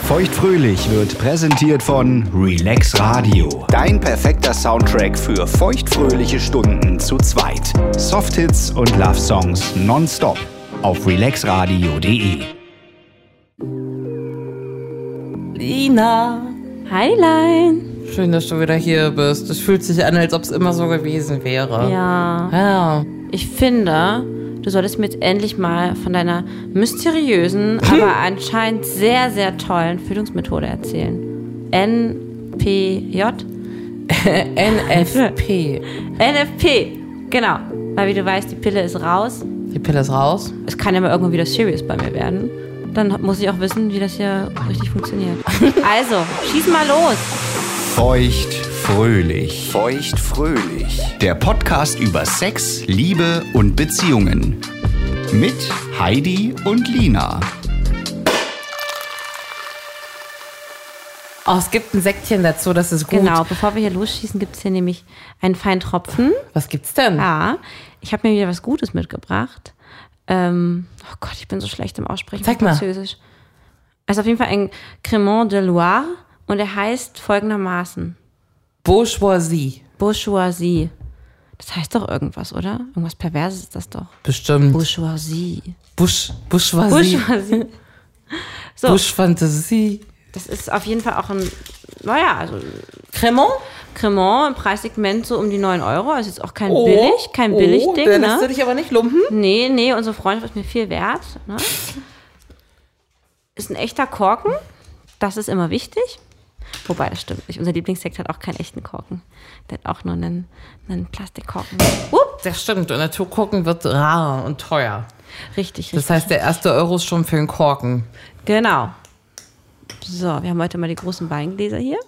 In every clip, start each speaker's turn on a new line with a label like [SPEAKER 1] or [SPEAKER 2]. [SPEAKER 1] Feuchtfröhlich wird präsentiert von Relax Radio. Dein perfekter Soundtrack für feuchtfröhliche Stunden zu zweit. Softhits und Love Songs nonstop auf relaxradio.de.
[SPEAKER 2] Lina.
[SPEAKER 3] Highline.
[SPEAKER 2] Schön, dass du wieder hier bist. Es fühlt sich an, als ob es immer so gewesen wäre.
[SPEAKER 3] Ja.
[SPEAKER 2] Ja.
[SPEAKER 3] Ich finde, du solltest mir jetzt endlich mal von deiner mysteriösen, aber anscheinend sehr, sehr tollen Fühlungsmethode erzählen. NPJ?
[SPEAKER 2] NFP.
[SPEAKER 3] NFP. Genau. Weil wie du weißt, die Pille ist raus.
[SPEAKER 2] Die Pille ist raus.
[SPEAKER 3] Es kann ja mal irgendwie wieder serious bei mir werden. Dann muss ich auch wissen, wie das hier richtig funktioniert. Also, schieß mal los.
[SPEAKER 1] Feuchtfröhlich. Feuchtfröhlich. Der Podcast über Sex, Liebe und Beziehungen. Mit Heidi und Lina.
[SPEAKER 2] Oh, es gibt ein Säckchen dazu, das ist gut.
[SPEAKER 3] Genau, bevor wir hier losschießen, gibt es hier nämlich einen feinen Tropfen.
[SPEAKER 2] Was gibt's denn?
[SPEAKER 3] Ja, ich habe mir wieder was Gutes mitgebracht. Ähm, oh Gott, ich bin so schlecht im Aussprechen
[SPEAKER 2] Zeig
[SPEAKER 3] von
[SPEAKER 2] mal.
[SPEAKER 3] Französisch. Also auf jeden Fall ein Cremant de Loire und er heißt folgendermaßen
[SPEAKER 2] Bourgeoisie.
[SPEAKER 3] Bourgeoisie. Das heißt doch irgendwas, oder? Irgendwas Perverses ist das doch.
[SPEAKER 2] Bestimmt.
[SPEAKER 3] Bourgeoisie.
[SPEAKER 2] Busch, Buschwasie.
[SPEAKER 3] Bourgeoisie. So,
[SPEAKER 2] Buschfantasie.
[SPEAKER 3] das ist auf jeden Fall auch ein, naja, also
[SPEAKER 2] Cremant?
[SPEAKER 3] Cremant im Preissegment so um die 9 Euro. Also jetzt auch kein
[SPEAKER 2] Oh,
[SPEAKER 3] billig, kein
[SPEAKER 2] oh,
[SPEAKER 3] Billigding,
[SPEAKER 2] da lässt du
[SPEAKER 3] ne?
[SPEAKER 2] dich aber nicht lumpen.
[SPEAKER 3] Nee, nee, unsere Freundschaft ist mir viel wert. Ne? Ist ein echter Korken. Das ist immer wichtig. Wobei, das stimmt nicht. Unser Lieblingssekt hat auch keinen echten Korken. Der hat auch nur einen, einen Plastikkorken. Upp,
[SPEAKER 2] Das stimmt. Und Naturkorken wird rar und teuer.
[SPEAKER 3] richtig, richtig.
[SPEAKER 2] Das heißt, der erste Euro ist schon für den Korken.
[SPEAKER 3] genau. So, wir haben heute mal die großen Weingläser hier.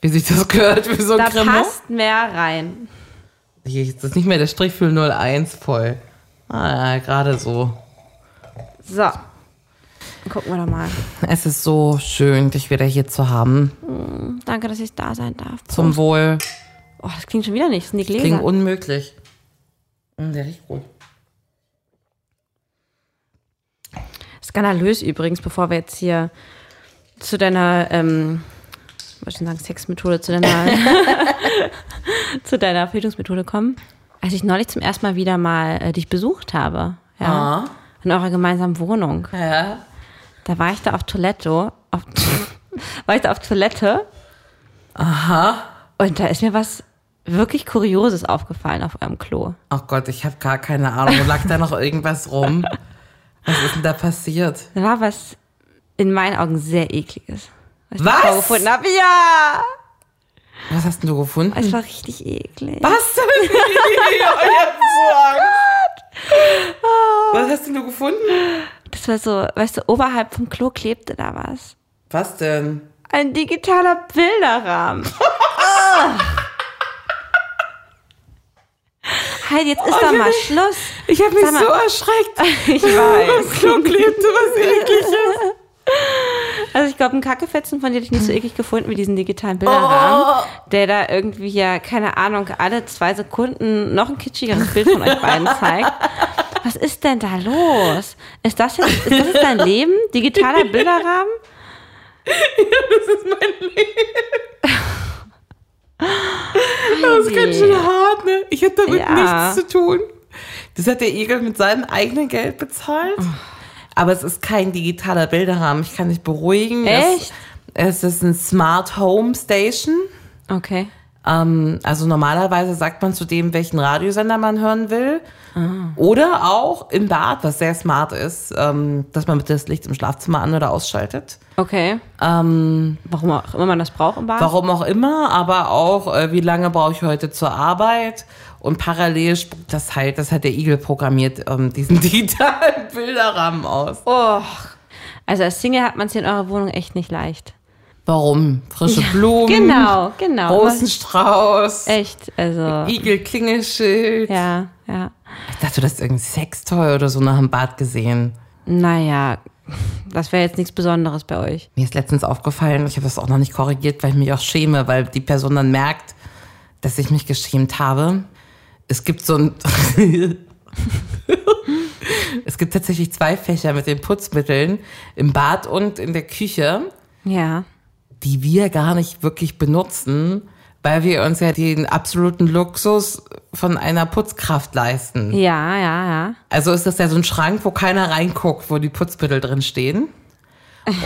[SPEAKER 2] Wie sich das gehört, wie so ein
[SPEAKER 3] Da
[SPEAKER 2] Cremant.
[SPEAKER 3] passt mehr rein.
[SPEAKER 2] Hier ist das nicht mehr der Strich für 01 voll. Ah, gerade so.
[SPEAKER 3] So. Dann gucken wir doch mal.
[SPEAKER 2] Es ist so schön, dich wieder hier zu haben.
[SPEAKER 3] Danke, dass ich da sein darf.
[SPEAKER 2] Zum Wohl.
[SPEAKER 3] Oh, das klingt schon wieder nicht. Das sind die Gläser.
[SPEAKER 2] Klingt unmöglich. Mm, Der riecht gut.
[SPEAKER 3] Skandalös übrigens, bevor wir jetzt hier zu deiner, ähm, ich wollte schon sagen Sexmethode, zu deiner, zu deiner Verhütungsmethode kommen. Als ich neulich zum ersten Mal wieder mal äh, dich besucht habe,
[SPEAKER 2] Ah.
[SPEAKER 3] ja, in eurer gemeinsamen Wohnung,
[SPEAKER 2] Ja.
[SPEAKER 3] da war ich da auf Toilette, auf, war ich da auf Toilette. Aha. Und da ist mir was wirklich Kurioses aufgefallen auf eurem Klo.
[SPEAKER 2] Oh Gott, ich habe gar keine Ahnung. Lag da noch irgendwas rum? Was ist denn da passiert?
[SPEAKER 3] Da war was in meinen Augen sehr ekliges. ich
[SPEAKER 2] Was?
[SPEAKER 3] davor gefunden hab. Ja!
[SPEAKER 2] Was hast denn du gefunden?
[SPEAKER 3] Es war richtig eklig.
[SPEAKER 2] Was denn? ich hab so Angst.
[SPEAKER 3] Oh
[SPEAKER 2] Was hast denn du gefunden?
[SPEAKER 3] Das war so, weißt du, oberhalb vom Klo klebte da was.
[SPEAKER 2] Was denn?
[SPEAKER 3] Ein digitaler Bilderrahmen. Heidi,
[SPEAKER 2] Oh,
[SPEAKER 3] jetzt ist da mal Schluss.
[SPEAKER 2] Ich habe mich
[SPEAKER 3] Sag mal.
[SPEAKER 2] so erschreckt.
[SPEAKER 3] Ich weiß.
[SPEAKER 2] Klo klebte was ekliges.
[SPEAKER 3] Also ich glaube, einen Kackefetzen von dir hätte ich nicht
[SPEAKER 2] Hm.
[SPEAKER 3] so eklig gefunden wie diesen digitalen Bilderrahmen,
[SPEAKER 2] Oh.
[SPEAKER 3] der da irgendwie ja, keine Ahnung, alle zwei Sekunden noch ein kitschigeres Bild von euch beiden zeigt. Was ist denn da los? Ist das jetzt, ist das jetzt dein Leben? Digitaler Bilderrahmen?
[SPEAKER 2] Das ist ganz schön hart, ne? Ich hätte damit
[SPEAKER 3] Ja.
[SPEAKER 2] nichts zu tun. Das hat der Igel mit seinem eigenen Geld bezahlt. Aber es ist kein digitaler Bilderrahmen. Ich kann dich beruhigen.
[SPEAKER 3] Echt?
[SPEAKER 2] Es, es ist ein Smart Home Station.
[SPEAKER 3] Okay.
[SPEAKER 2] Ähm, also normalerweise sagt man zu dem, welchen Radiosender man hören will.
[SPEAKER 3] Ah.
[SPEAKER 2] Oder auch im Bad, was sehr smart ist, ähm, dass man bitte das Licht im Schlafzimmer an- oder ausschaltet.
[SPEAKER 3] Okay.
[SPEAKER 2] Ähm,
[SPEAKER 3] Warum auch immer man das braucht im Bad.
[SPEAKER 2] Warum auch immer, aber auch, äh, wie lange brauche ich heute zur Arbeit? Und parallel spuckt das halt, das hat der Igel programmiert, ähm, diesen digitalen Bilderrahmen aus.
[SPEAKER 3] Oh. Also als Single hat man es in eurer Wohnung echt nicht leicht.
[SPEAKER 2] Warum? Frische Blumen.
[SPEAKER 3] Genau, genau.
[SPEAKER 2] Rosenstrauß.
[SPEAKER 3] Echt, also
[SPEAKER 2] Igel-Klingelschild.
[SPEAKER 3] ja, ja.
[SPEAKER 2] Ich dachte, du hast irgendein Sextoy oder so nach dem Bad gesehen.
[SPEAKER 3] Naja, das wäre jetzt nichts Besonderes bei euch.
[SPEAKER 2] Mir ist letztens aufgefallen, ich habe das auch noch nicht korrigiert, weil ich mich auch schäme, weil die Person dann merkt, dass ich mich geschämt habe. Es gibt so ein. es gibt tatsächlich zwei Fächer mit den Putzmitteln im Bad und in der Küche.
[SPEAKER 3] Ja.
[SPEAKER 2] die wir gar nicht wirklich benutzen, weil wir uns ja den absoluten Luxus von einer Putzkraft leisten.
[SPEAKER 3] Ja, ja, ja.
[SPEAKER 2] Also ist das ja so ein Schrank, wo keiner reinguckt, wo die Putzmittel drin stehen.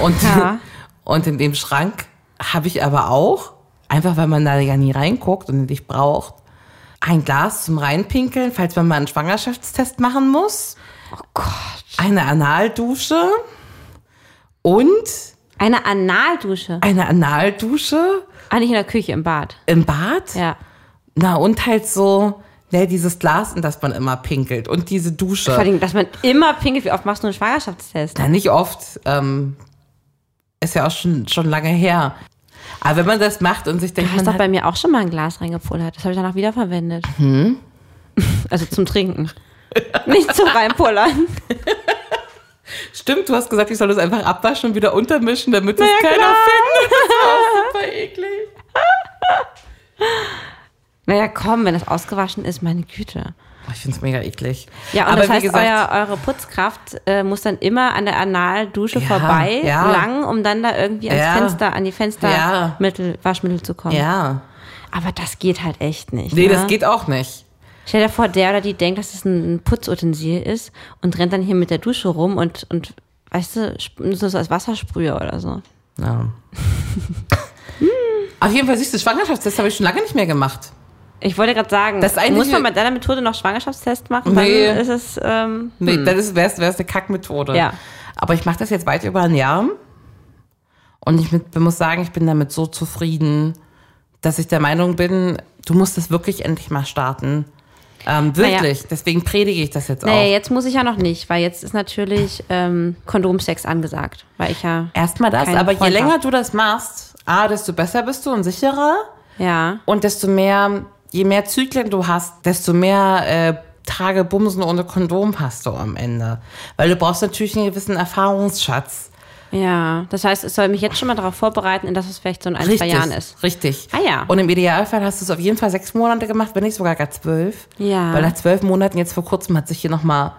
[SPEAKER 2] Und,
[SPEAKER 3] Ja.
[SPEAKER 2] und in dem Schrank habe ich aber auch, einfach weil man da ja nie reinguckt und nicht braucht, ein Glas zum Reinpinkeln, falls man mal einen Schwangerschaftstest machen muss,
[SPEAKER 3] Oh Gott.
[SPEAKER 2] eine Analdusche und
[SPEAKER 3] Eine Analdusche.
[SPEAKER 2] eine Analdusche
[SPEAKER 3] Ah, nicht in der Küche, im Bad.
[SPEAKER 2] im Bad.
[SPEAKER 3] Ja.
[SPEAKER 2] Na, und halt so, ne, dieses Glas, in das man immer pinkelt und diese
[SPEAKER 3] Vor
[SPEAKER 2] Dusche.
[SPEAKER 3] allem, dass man immer pinkelt. Wie oft machst du einen Schwangerschaftstest?
[SPEAKER 2] Na, nicht oft. Ähm, ist ja auch schon, schon lange her. Aber wenn man das macht und sich
[SPEAKER 3] Du
[SPEAKER 2] denkt,
[SPEAKER 3] hast
[SPEAKER 2] man
[SPEAKER 3] doch
[SPEAKER 2] hat,
[SPEAKER 3] bei mir auch schon mal ein Glas reingepullert. Das habe ich danach wiederverwendet.
[SPEAKER 2] Hm?
[SPEAKER 3] Also zum Trinken. Nicht zum Reinpullern.
[SPEAKER 2] stimmt, du hast gesagt, ich soll das einfach abwaschen und wieder untermischen, damit das keiner findet. Das war super eklig.
[SPEAKER 3] Naja, komm, wenn das ausgewaschen ist, meine Güte.
[SPEAKER 2] Oh, Ich finde es mega eklig.
[SPEAKER 3] Ja, und
[SPEAKER 2] Aber
[SPEAKER 3] das heißt,
[SPEAKER 2] wie gesagt,
[SPEAKER 3] euer, eure Putzkraft äh, muss dann immer an der Analdusche
[SPEAKER 2] Ja,
[SPEAKER 3] vorbei
[SPEAKER 2] ja.
[SPEAKER 3] lang, um dann da irgendwie ans
[SPEAKER 2] Ja.
[SPEAKER 3] Fenster, an die Fenstermittel, Waschmittel zu kommen.
[SPEAKER 2] ja.
[SPEAKER 3] Aber das geht halt echt nicht.
[SPEAKER 2] Nee,
[SPEAKER 3] ne?
[SPEAKER 2] das geht auch nicht.
[SPEAKER 3] Stell dir vor, der oder die denkt, dass es ein Putzutensil ist und rennt dann hier mit der Dusche rum und, und weißt du, sp- so so als Wassersprüher oder so.
[SPEAKER 2] Ja. Auf jeden Fall, siehst du, Schwangerschaftstest habe ich schon lange nicht mehr gemacht.
[SPEAKER 3] Ich wollte gerade sagen,
[SPEAKER 2] Das eigentliche-
[SPEAKER 3] muss man bei deiner Methode noch Schwangerschaftstest machen?
[SPEAKER 2] Nee.
[SPEAKER 3] Dann ist es, ähm,
[SPEAKER 2] Nee, Hm. das wäre wär's eine Kackmethode.
[SPEAKER 3] Ja.
[SPEAKER 2] Aber ich mache das jetzt weit über ein Jahr. Und ich mit, muss sagen, ich bin damit so zufrieden, dass ich der Meinung bin, du musst das wirklich endlich mal starten. Ähm, wirklich. Deswegen predige ich das jetzt
[SPEAKER 3] naja,
[SPEAKER 2] auch.
[SPEAKER 3] jetzt muss ich ja noch nicht, weil jetzt ist natürlich ähm, Kondomsex angesagt, weil ich ja,
[SPEAKER 2] Erstmal das,
[SPEAKER 3] Kein
[SPEAKER 2] aber je
[SPEAKER 3] Freund
[SPEAKER 2] länger
[SPEAKER 3] hab.
[SPEAKER 2] du das machst, A, desto besser bist du und sicherer.
[SPEAKER 3] ja,
[SPEAKER 2] Und desto mehr, je mehr Zyklen du hast, desto mehr äh, Tage Bumsen ohne Kondom hast du am Ende. Weil du brauchst natürlich einen gewissen Erfahrungsschatz.
[SPEAKER 3] ja. Das heißt, ich soll mich jetzt schon mal darauf vorbereiten, dass es vielleicht so in ein, zwei Jahren ist.
[SPEAKER 2] Richtig.
[SPEAKER 3] Ah ja.
[SPEAKER 2] Und im Idealfall hast du es auf jeden Fall sechs Monate gemacht, wenn nicht sogar gar zwölf.
[SPEAKER 3] Ja.
[SPEAKER 2] Weil nach zwölf Monaten jetzt vor kurzem hat sich hier noch mal,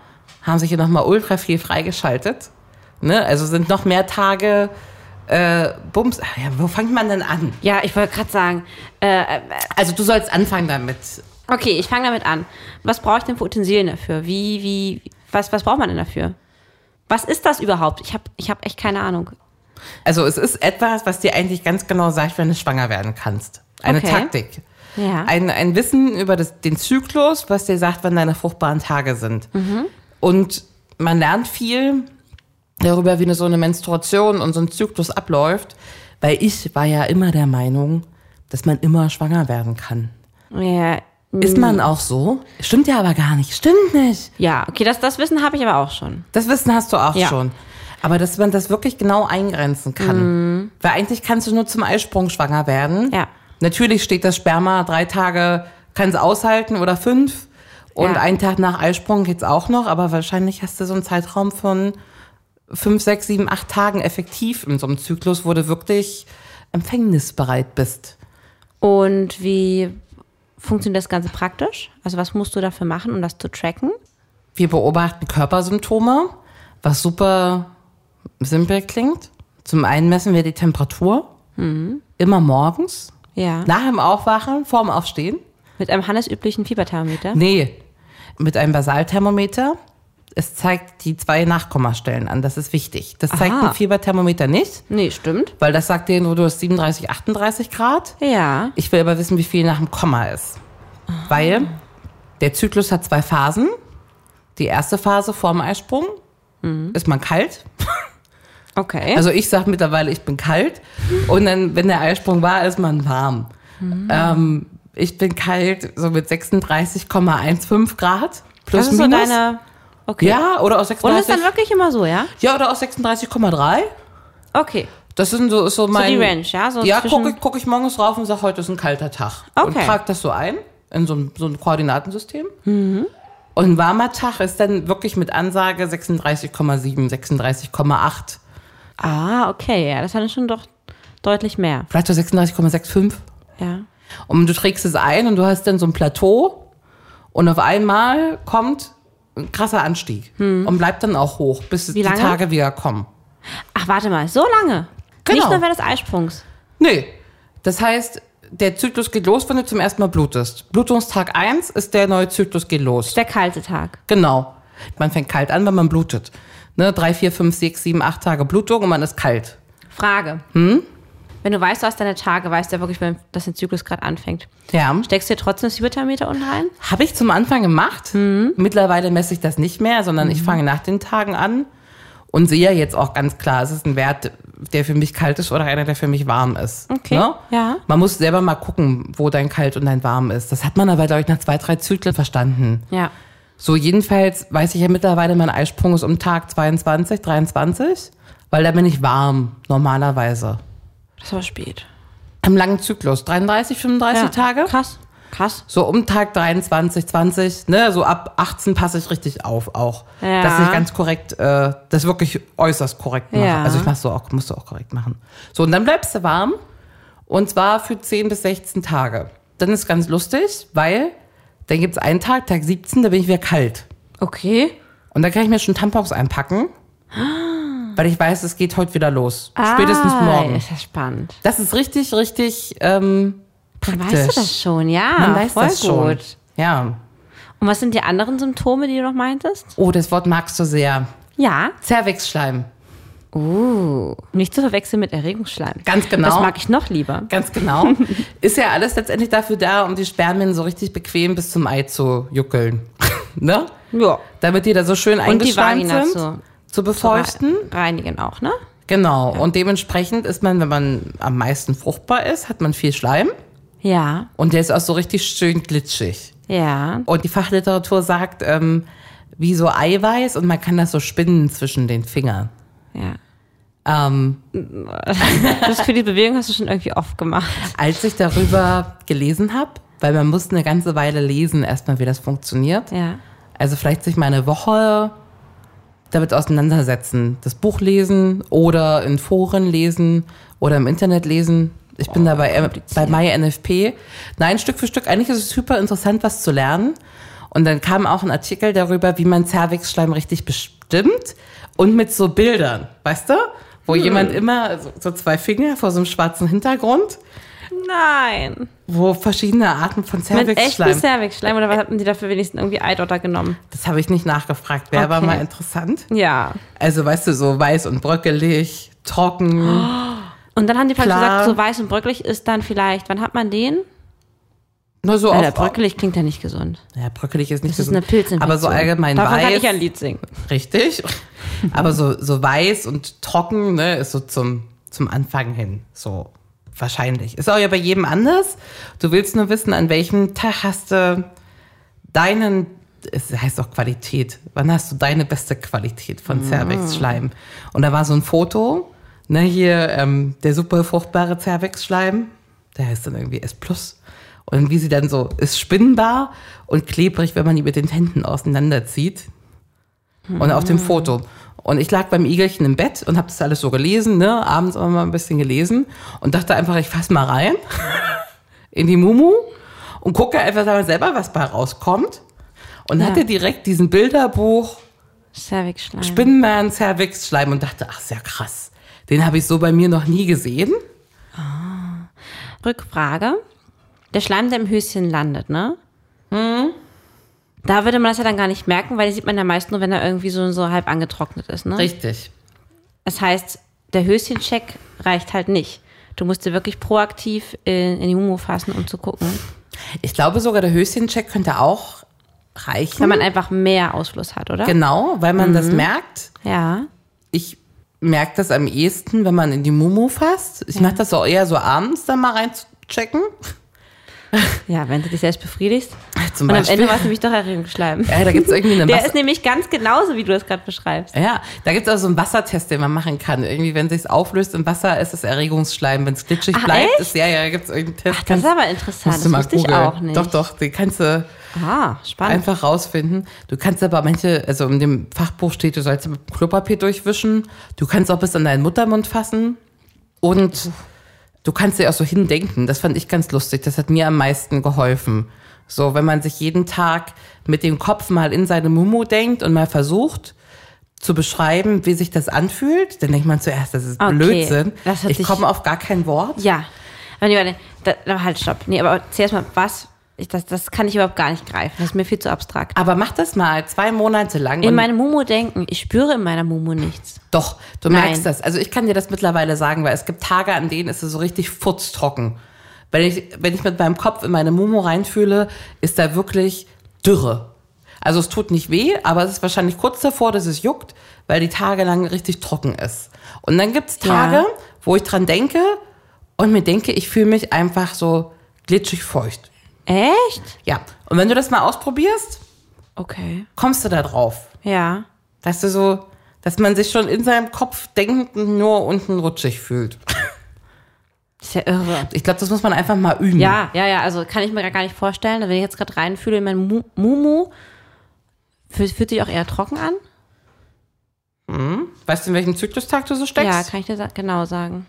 [SPEAKER 2] haben sich hier nochmal ultra viel freigeschaltet. Ne? Also sind noch mehr Tage äh, Bums. Ah Ja, wo fängt man denn an?
[SPEAKER 3] Ja, ich wollte gerade sagen, äh,
[SPEAKER 2] Also du sollst anfangen damit.
[SPEAKER 3] okay, ich fange damit an. Was brauche ich denn für Utensilien dafür? Wie, wie, was, was braucht man denn dafür? Was ist das überhaupt? Ich habe ich hab echt keine Ahnung.
[SPEAKER 2] Also es ist etwas, was dir eigentlich ganz genau sagt, wenn du schwanger werden kannst. Eine
[SPEAKER 3] Okay.
[SPEAKER 2] Taktik.
[SPEAKER 3] Ja.
[SPEAKER 2] Ein, ein Wissen über das, den Zyklus, was dir sagt, wann deine fruchtbaren Tage sind. Und man lernt viel darüber, wie eine, so eine Menstruation und so ein Zyklus abläuft, weil ich war ja immer der Meinung, dass man immer schwanger werden kann.
[SPEAKER 3] Ja, Mhm. hm,
[SPEAKER 2] Ist man auch so? Stimmt ja aber gar nicht. Stimmt nicht.
[SPEAKER 3] ja okay, das, das Wissen habe ich aber auch schon.
[SPEAKER 2] Das Wissen hast du auch
[SPEAKER 3] Ja.
[SPEAKER 2] schon. Aber dass man das wirklich genau eingrenzen kann. Weil eigentlich kannst du nur zum Eisprung schwanger werden.
[SPEAKER 3] Mhm. Ja.
[SPEAKER 2] Natürlich steht das Sperma drei Tage, kann es aushalten oder fünf. Und
[SPEAKER 3] Ja.
[SPEAKER 2] einen Tag nach Eisprung geht's auch noch, aber wahrscheinlich hast du so einen Zeitraum von fünf, sechs, sieben, acht Tagen effektiv in so einem Zyklus, wo du wirklich empfängnisbereit bist.
[SPEAKER 3] Und wie funktioniert das Ganze praktisch? Also was musst du dafür machen, um das zu tracken?
[SPEAKER 2] Wir beobachten Körpersymptome, was super simpel klingt. Zum einen messen wir die Temperatur. Immer morgens,
[SPEAKER 3] Ja.
[SPEAKER 2] nach dem Aufwachen, vorm Aufstehen.
[SPEAKER 3] Mit einem handelsüblichen Fieberthermometer?
[SPEAKER 2] Nee, mit einem Basalthermometer. Es zeigt die zwei Nachkommastellen an. Das ist wichtig. Das zeigt
[SPEAKER 3] Aha.
[SPEAKER 2] ein Fieberthermometer nicht,
[SPEAKER 3] Nee, stimmt.
[SPEAKER 2] weil das sagt dir nur, du hast 37, 38 Grad.
[SPEAKER 3] Ja.
[SPEAKER 2] Ich will aber wissen, wie viel nach dem Komma ist. Weil der Zyklus hat zwei Phasen. Die erste Phase vor dem Eisprung
[SPEAKER 3] Mhm.
[SPEAKER 2] ist man kalt.
[SPEAKER 3] Okay.
[SPEAKER 2] Also ich sage mittlerweile, ich bin kalt. Und dann, wenn der Eisprung war, ist man warm.
[SPEAKER 3] Mhm.
[SPEAKER 2] Ähm, ich bin kalt so mit 36,15 Grad. Plus
[SPEAKER 3] das ist so
[SPEAKER 2] minus.
[SPEAKER 3] deine. Okay.
[SPEAKER 2] ja, oder auch
[SPEAKER 3] Und ist dann
[SPEAKER 2] 36.
[SPEAKER 3] wirklich immer so, ja?
[SPEAKER 2] Ja, oder auch 36,3.
[SPEAKER 3] Okay.
[SPEAKER 2] Das sind so, ist so mein.
[SPEAKER 3] die Range, ja, so
[SPEAKER 2] ja,
[SPEAKER 3] zwischen-
[SPEAKER 2] gucke ich, guck ich morgens rauf und sage, heute ist ein kalter Tag. Und
[SPEAKER 3] Okay.
[SPEAKER 2] trage das so ein in so ein, so ein Koordinatensystem. Und ein warmer Tag ist dann wirklich mit Ansage 36,7, 36,8.
[SPEAKER 3] Ah, okay. Ja, das ist dann schon doch deutlich mehr.
[SPEAKER 2] Vielleicht so 36,65.
[SPEAKER 3] Ja.
[SPEAKER 2] Und du trägst es ein und du hast dann so ein Plateau. Und auf einmal kommt ein krasser Anstieg. Und bleibt dann auch hoch, bis die
[SPEAKER 3] Hm. lange?
[SPEAKER 2] Tage wieder kommen.
[SPEAKER 3] Ach, warte mal. So lange. Nicht
[SPEAKER 2] Genau.
[SPEAKER 3] nur während des Eisprungs.
[SPEAKER 2] Nee. Das heißt, der Zyklus geht los, wenn du zum ersten Mal blutest. Blutungstag 1 ist der neue Zyklus geht los.
[SPEAKER 3] Der kalte Tag.
[SPEAKER 2] Genau. Man fängt kalt an, wenn man blutet. Ne, drei, vier, fünf, sechs, sieben, acht Tage Blutung und man ist kalt.
[SPEAKER 3] Frage.
[SPEAKER 2] Hm?
[SPEAKER 3] Wenn du weißt, du hast deine Tage, weißt du ja wirklich, wenn- dass der Zyklus gerade anfängt.
[SPEAKER 2] Ja.
[SPEAKER 3] Steckst du dir trotzdem das Hyperthermometer unten rein?
[SPEAKER 2] Habe ich zum Anfang gemacht.
[SPEAKER 3] Mhm.
[SPEAKER 2] Mittlerweile messe ich das nicht mehr, sondern ich fange nach den Tagen an und sehe ja jetzt auch ganz klar, es ist ein Wert, der für mich kalt ist oder einer, der für mich warm ist. Ne?
[SPEAKER 3] Okay, ja.
[SPEAKER 2] Man muss selber mal gucken, wo dein kalt und dein warm ist. Das hat man aber, glaube ich, nach zwei, drei Zyklen verstanden.
[SPEAKER 3] Ja.
[SPEAKER 2] So, jedenfalls weiß ich ja mittlerweile, mein Eisprung ist um Tag 22, 23, weil da bin ich warm, normalerweise.
[SPEAKER 3] Das war spät.
[SPEAKER 2] Im langen Zyklus, 33, 35 Tage.
[SPEAKER 3] Krass. Krass.
[SPEAKER 2] So um Tag 23, 20, ne, so ab 18 passe ich richtig auf auch.
[SPEAKER 3] Ja.
[SPEAKER 2] Dass ich ganz korrekt, äh, das wirklich äußerst korrekt mache.
[SPEAKER 3] Ja.
[SPEAKER 2] Also ich mach's so auch, musst du auch korrekt machen. So, und dann bleibst du warm. Und zwar für 10 bis 16 Tage. Dann ist ganz lustig, weil dann gibt's einen Tag, Tag 17, da bin ich wieder kalt.
[SPEAKER 3] Okay.
[SPEAKER 2] Und dann kann ich mir schon Tampons einpacken. Weil ich weiß, es geht heute wieder los. Spätestens
[SPEAKER 3] Ah,
[SPEAKER 2] morgen.
[SPEAKER 3] Ist das spannend.
[SPEAKER 2] Das ist richtig, richtig ähm,
[SPEAKER 3] Dann
[SPEAKER 2] praktisch.
[SPEAKER 3] weißt du das schon, ja.
[SPEAKER 2] Man weiß
[SPEAKER 3] voll
[SPEAKER 2] das schon.
[SPEAKER 3] gut.
[SPEAKER 2] Ja.
[SPEAKER 3] Und was sind die anderen Symptome, die du noch meintest?
[SPEAKER 2] Oh, das Wort magst du sehr.
[SPEAKER 3] Ja.
[SPEAKER 2] Zervixschleim.
[SPEAKER 3] Uh. Nicht zu verwechseln mit Erregungsschleim.
[SPEAKER 2] Ganz genau.
[SPEAKER 3] Das mag ich noch lieber.
[SPEAKER 2] Ganz genau. Ist ja alles letztendlich dafür da, um die Spermien so richtig bequem bis zum Ei zu juckeln. ne?
[SPEAKER 3] Ja.
[SPEAKER 2] Damit die da so schön
[SPEAKER 3] Und die
[SPEAKER 2] eingeschweißt
[SPEAKER 3] Vagina
[SPEAKER 2] sind.
[SPEAKER 3] zu
[SPEAKER 2] zu befeuchten.
[SPEAKER 3] rei- reinigen auch, ne?
[SPEAKER 2] Genau. Und dementsprechend ist man, wenn man am meisten fruchtbar ist, hat man viel Schleim.
[SPEAKER 3] Ja.
[SPEAKER 2] Und der ist auch so richtig schön glitschig.
[SPEAKER 3] Ja.
[SPEAKER 2] Und die Fachliteratur sagt, ähm, wie so Eiweiß und man kann das so spinnen zwischen den Fingern.
[SPEAKER 3] Ja.
[SPEAKER 2] Ähm,
[SPEAKER 3] Das für die Bewegung hast du schon irgendwie oft gemacht.
[SPEAKER 2] als ich darüber gelesen habe, weil man muss eine ganze Weile lesen, erstmal, wie das funktioniert.
[SPEAKER 3] Ja.
[SPEAKER 2] Also vielleicht sich mal eine Woche damit auseinandersetzen. Das Buch lesen oder in Foren lesen oder im Internet lesen. Ich bin
[SPEAKER 3] Oh,
[SPEAKER 2] dabei bei MyNFP. Nein, Stück für Stück. Eigentlich ist es super interessant, was zu lernen. Und dann kam auch ein Artikel darüber, wie man Zervixschleim richtig bestimmt und mit so Bildern, weißt du? Wo
[SPEAKER 3] Hm.
[SPEAKER 2] jemand immer so, so zwei Finger vor so einem schwarzen Hintergrund,
[SPEAKER 3] Nein.
[SPEAKER 2] wo verschiedene Arten von
[SPEAKER 3] Mit echtem
[SPEAKER 2] Zervixschleim.
[SPEAKER 3] Cervix-Schleim oder was hatten die dafür wenigstens irgendwie Eidotter genommen?
[SPEAKER 2] Das habe ich nicht nachgefragt. Wäre aber
[SPEAKER 3] Okay.
[SPEAKER 2] mal interessant.
[SPEAKER 3] Ja.
[SPEAKER 2] Also, weißt du, so weiß und bröckelig,
[SPEAKER 3] Oh.
[SPEAKER 2] trocken.
[SPEAKER 3] Und dann haben die praktisch
[SPEAKER 2] Klar.
[SPEAKER 3] gesagt, so weiß und bröckelig ist dann vielleicht, wann hat man den?
[SPEAKER 2] Nur so
[SPEAKER 3] Na,
[SPEAKER 2] auf,
[SPEAKER 3] der bröckelig klingt ja nicht gesund.
[SPEAKER 2] Ja, bröckelig ist nicht
[SPEAKER 3] Das ist
[SPEAKER 2] gesund.
[SPEAKER 3] eine Pilzinfektion.
[SPEAKER 2] Aber so allgemein
[SPEAKER 3] Davon kann
[SPEAKER 2] weiß.
[SPEAKER 3] ich ja ein Lied singen.
[SPEAKER 2] Richtig. Aber so, so weiß und trocken, ne, ist so zum, zum Anfang hin. So wahrscheinlich. Ist auch ja bei jedem anders. Du willst nur wissen, an welchem Tag hast du deinen, es heißt auch Qualität, wann hast du deine beste Qualität von Cervix-Schleim? Und da war so ein Foto, ne, hier ähm, der super fruchtbare Cervix-Schleim, der heißt dann irgendwie S+. Und wie sie dann so, ist spinnbar und klebrig, wenn man die mit den Händen auseinanderzieht und auf
[SPEAKER 3] Ah.
[SPEAKER 2] dem Foto. Und ich lag beim Igelchen im Bett und habe das alles so gelesen, ne? abends immer mal ein bisschen gelesen und dachte einfach, ich fass mal rein in die Mumu und gucke einfach mal selber, was bei rauskommt. Und
[SPEAKER 3] Ja.
[SPEAKER 2] hatte direkt diesen Bilderbuch
[SPEAKER 3] Cervix-Schleim.
[SPEAKER 2] Spinnenmann, Cervix, Schleim und dachte, ach, sehr krass. Den habe ich so bei mir noch nie gesehen.
[SPEAKER 3] Rückfrage. Der Schleim, der im Höschen landet, ne? Da würde man das ja dann gar nicht merken, weil den sieht man ja meist nur, wenn er irgendwie so, so halb angetrocknet ist, ne?
[SPEAKER 2] Richtig.
[SPEAKER 3] Das heißt, der Höschencheck reicht halt nicht. Du musst dir wirklich proaktiv in, in die Humo fassen, um zu gucken,
[SPEAKER 2] Ich glaube sogar, der Höschencheck könnte auch reichen.
[SPEAKER 3] wenn man Mhm. einfach mehr Ausfluss hat, oder?
[SPEAKER 2] genau, weil man das merkt.
[SPEAKER 3] Ja.
[SPEAKER 2] ich merke das am ehesten, wenn man in die Mumu fasst. Ich mache das auch eher so abends dann mal reinzuchecken.
[SPEAKER 3] Ja, wenn du dich selbst befriedigst.
[SPEAKER 2] Zum
[SPEAKER 3] Und am
[SPEAKER 2] Beispiel.
[SPEAKER 3] Ende war es nämlich doch Erregungsschleim.
[SPEAKER 2] ja, da gibt es irgendwie eine
[SPEAKER 3] Der
[SPEAKER 2] Wasser
[SPEAKER 3] ist nämlich ganz genauso, wie du das gerade beschreibst.
[SPEAKER 2] ja, da gibt's auch so einen Wassertest, den man machen kann. Irgendwie, wenn sich's auflöst im Wasser, ist es Erregungsschleim. Wenn's glitschig
[SPEAKER 3] Ach,
[SPEAKER 2] bleibt,
[SPEAKER 3] echt?
[SPEAKER 2] ist ja, ja, da gibt's irgendeinen Test. Ach,
[SPEAKER 3] Das ist aber interessant. Das wusste ich auch nicht.
[SPEAKER 2] Doch, doch, den kannst du
[SPEAKER 3] Ah, spannend.
[SPEAKER 2] einfach rausfinden. Du kannst aber manche, also in dem Fachbuch steht, du sollst mit Klopapier durchwischen. Du kannst auch bis an deinen Muttermund fassen. Und du kannst dir auch so hindenken. Das fand ich ganz lustig. Das hat mir am meisten geholfen. So, wenn man sich jeden Tag mit dem Kopf mal in seine Mumu denkt und mal versucht, zu beschreiben, wie sich das anfühlt, dann denkt man zuerst, das ist
[SPEAKER 3] Okay,
[SPEAKER 2] Blödsinn.
[SPEAKER 3] das hört
[SPEAKER 2] ich
[SPEAKER 3] sich-
[SPEAKER 2] komme auf gar kein Wort.
[SPEAKER 3] Ja. Aber nee, warte, da, da, halt, stopp. Nee, aber zuerst mal, was? Ich, das, das kann ich überhaupt gar nicht greifen. Das ist mir viel zu abstrakt.
[SPEAKER 2] Aber mach das mal zwei Monate lang.
[SPEAKER 3] Ah, In
[SPEAKER 2] und-
[SPEAKER 3] meinem Mumu denken. Ich spüre in meiner Mumu nichts.
[SPEAKER 2] Doch, du
[SPEAKER 3] Nein.
[SPEAKER 2] merkst das. Also ich kann dir das mittlerweile sagen, weil es gibt Tage, an denen ist es so richtig futztrocken. Wenn ich, wenn ich mit meinem Kopf in meine Momo reinfühle, ist da wirklich Dürre. Also es tut nicht weh, aber es ist wahrscheinlich kurz davor, dass es juckt, weil die Tage lang richtig trocken ist. Und dann gibt's Tage,
[SPEAKER 3] Ja.
[SPEAKER 2] wo ich dran denke und mir denke, ich fühle mich einfach so glitschig feucht.
[SPEAKER 3] Echt?
[SPEAKER 2] Ja. Und wenn du das mal ausprobierst,
[SPEAKER 3] Okay.
[SPEAKER 2] kommst du da drauf.
[SPEAKER 3] Ja.
[SPEAKER 2] Weißt du, so, dass man sich schon in seinem Kopf denkend nur unten rutschig fühlt.
[SPEAKER 3] Ist ja irre.
[SPEAKER 2] Ich glaube, das muss man einfach mal üben.
[SPEAKER 3] Ja, ja, ja, also kann ich mir gar nicht vorstellen. Wenn ich jetzt gerade reinfühle in mein Mu- Mumu, fühlt, fühlt sich auch eher trocken an?
[SPEAKER 2] Weißt du, in welchem Zyklustag du so steckst?
[SPEAKER 3] Ja, kann ich dir sa- genau sagen.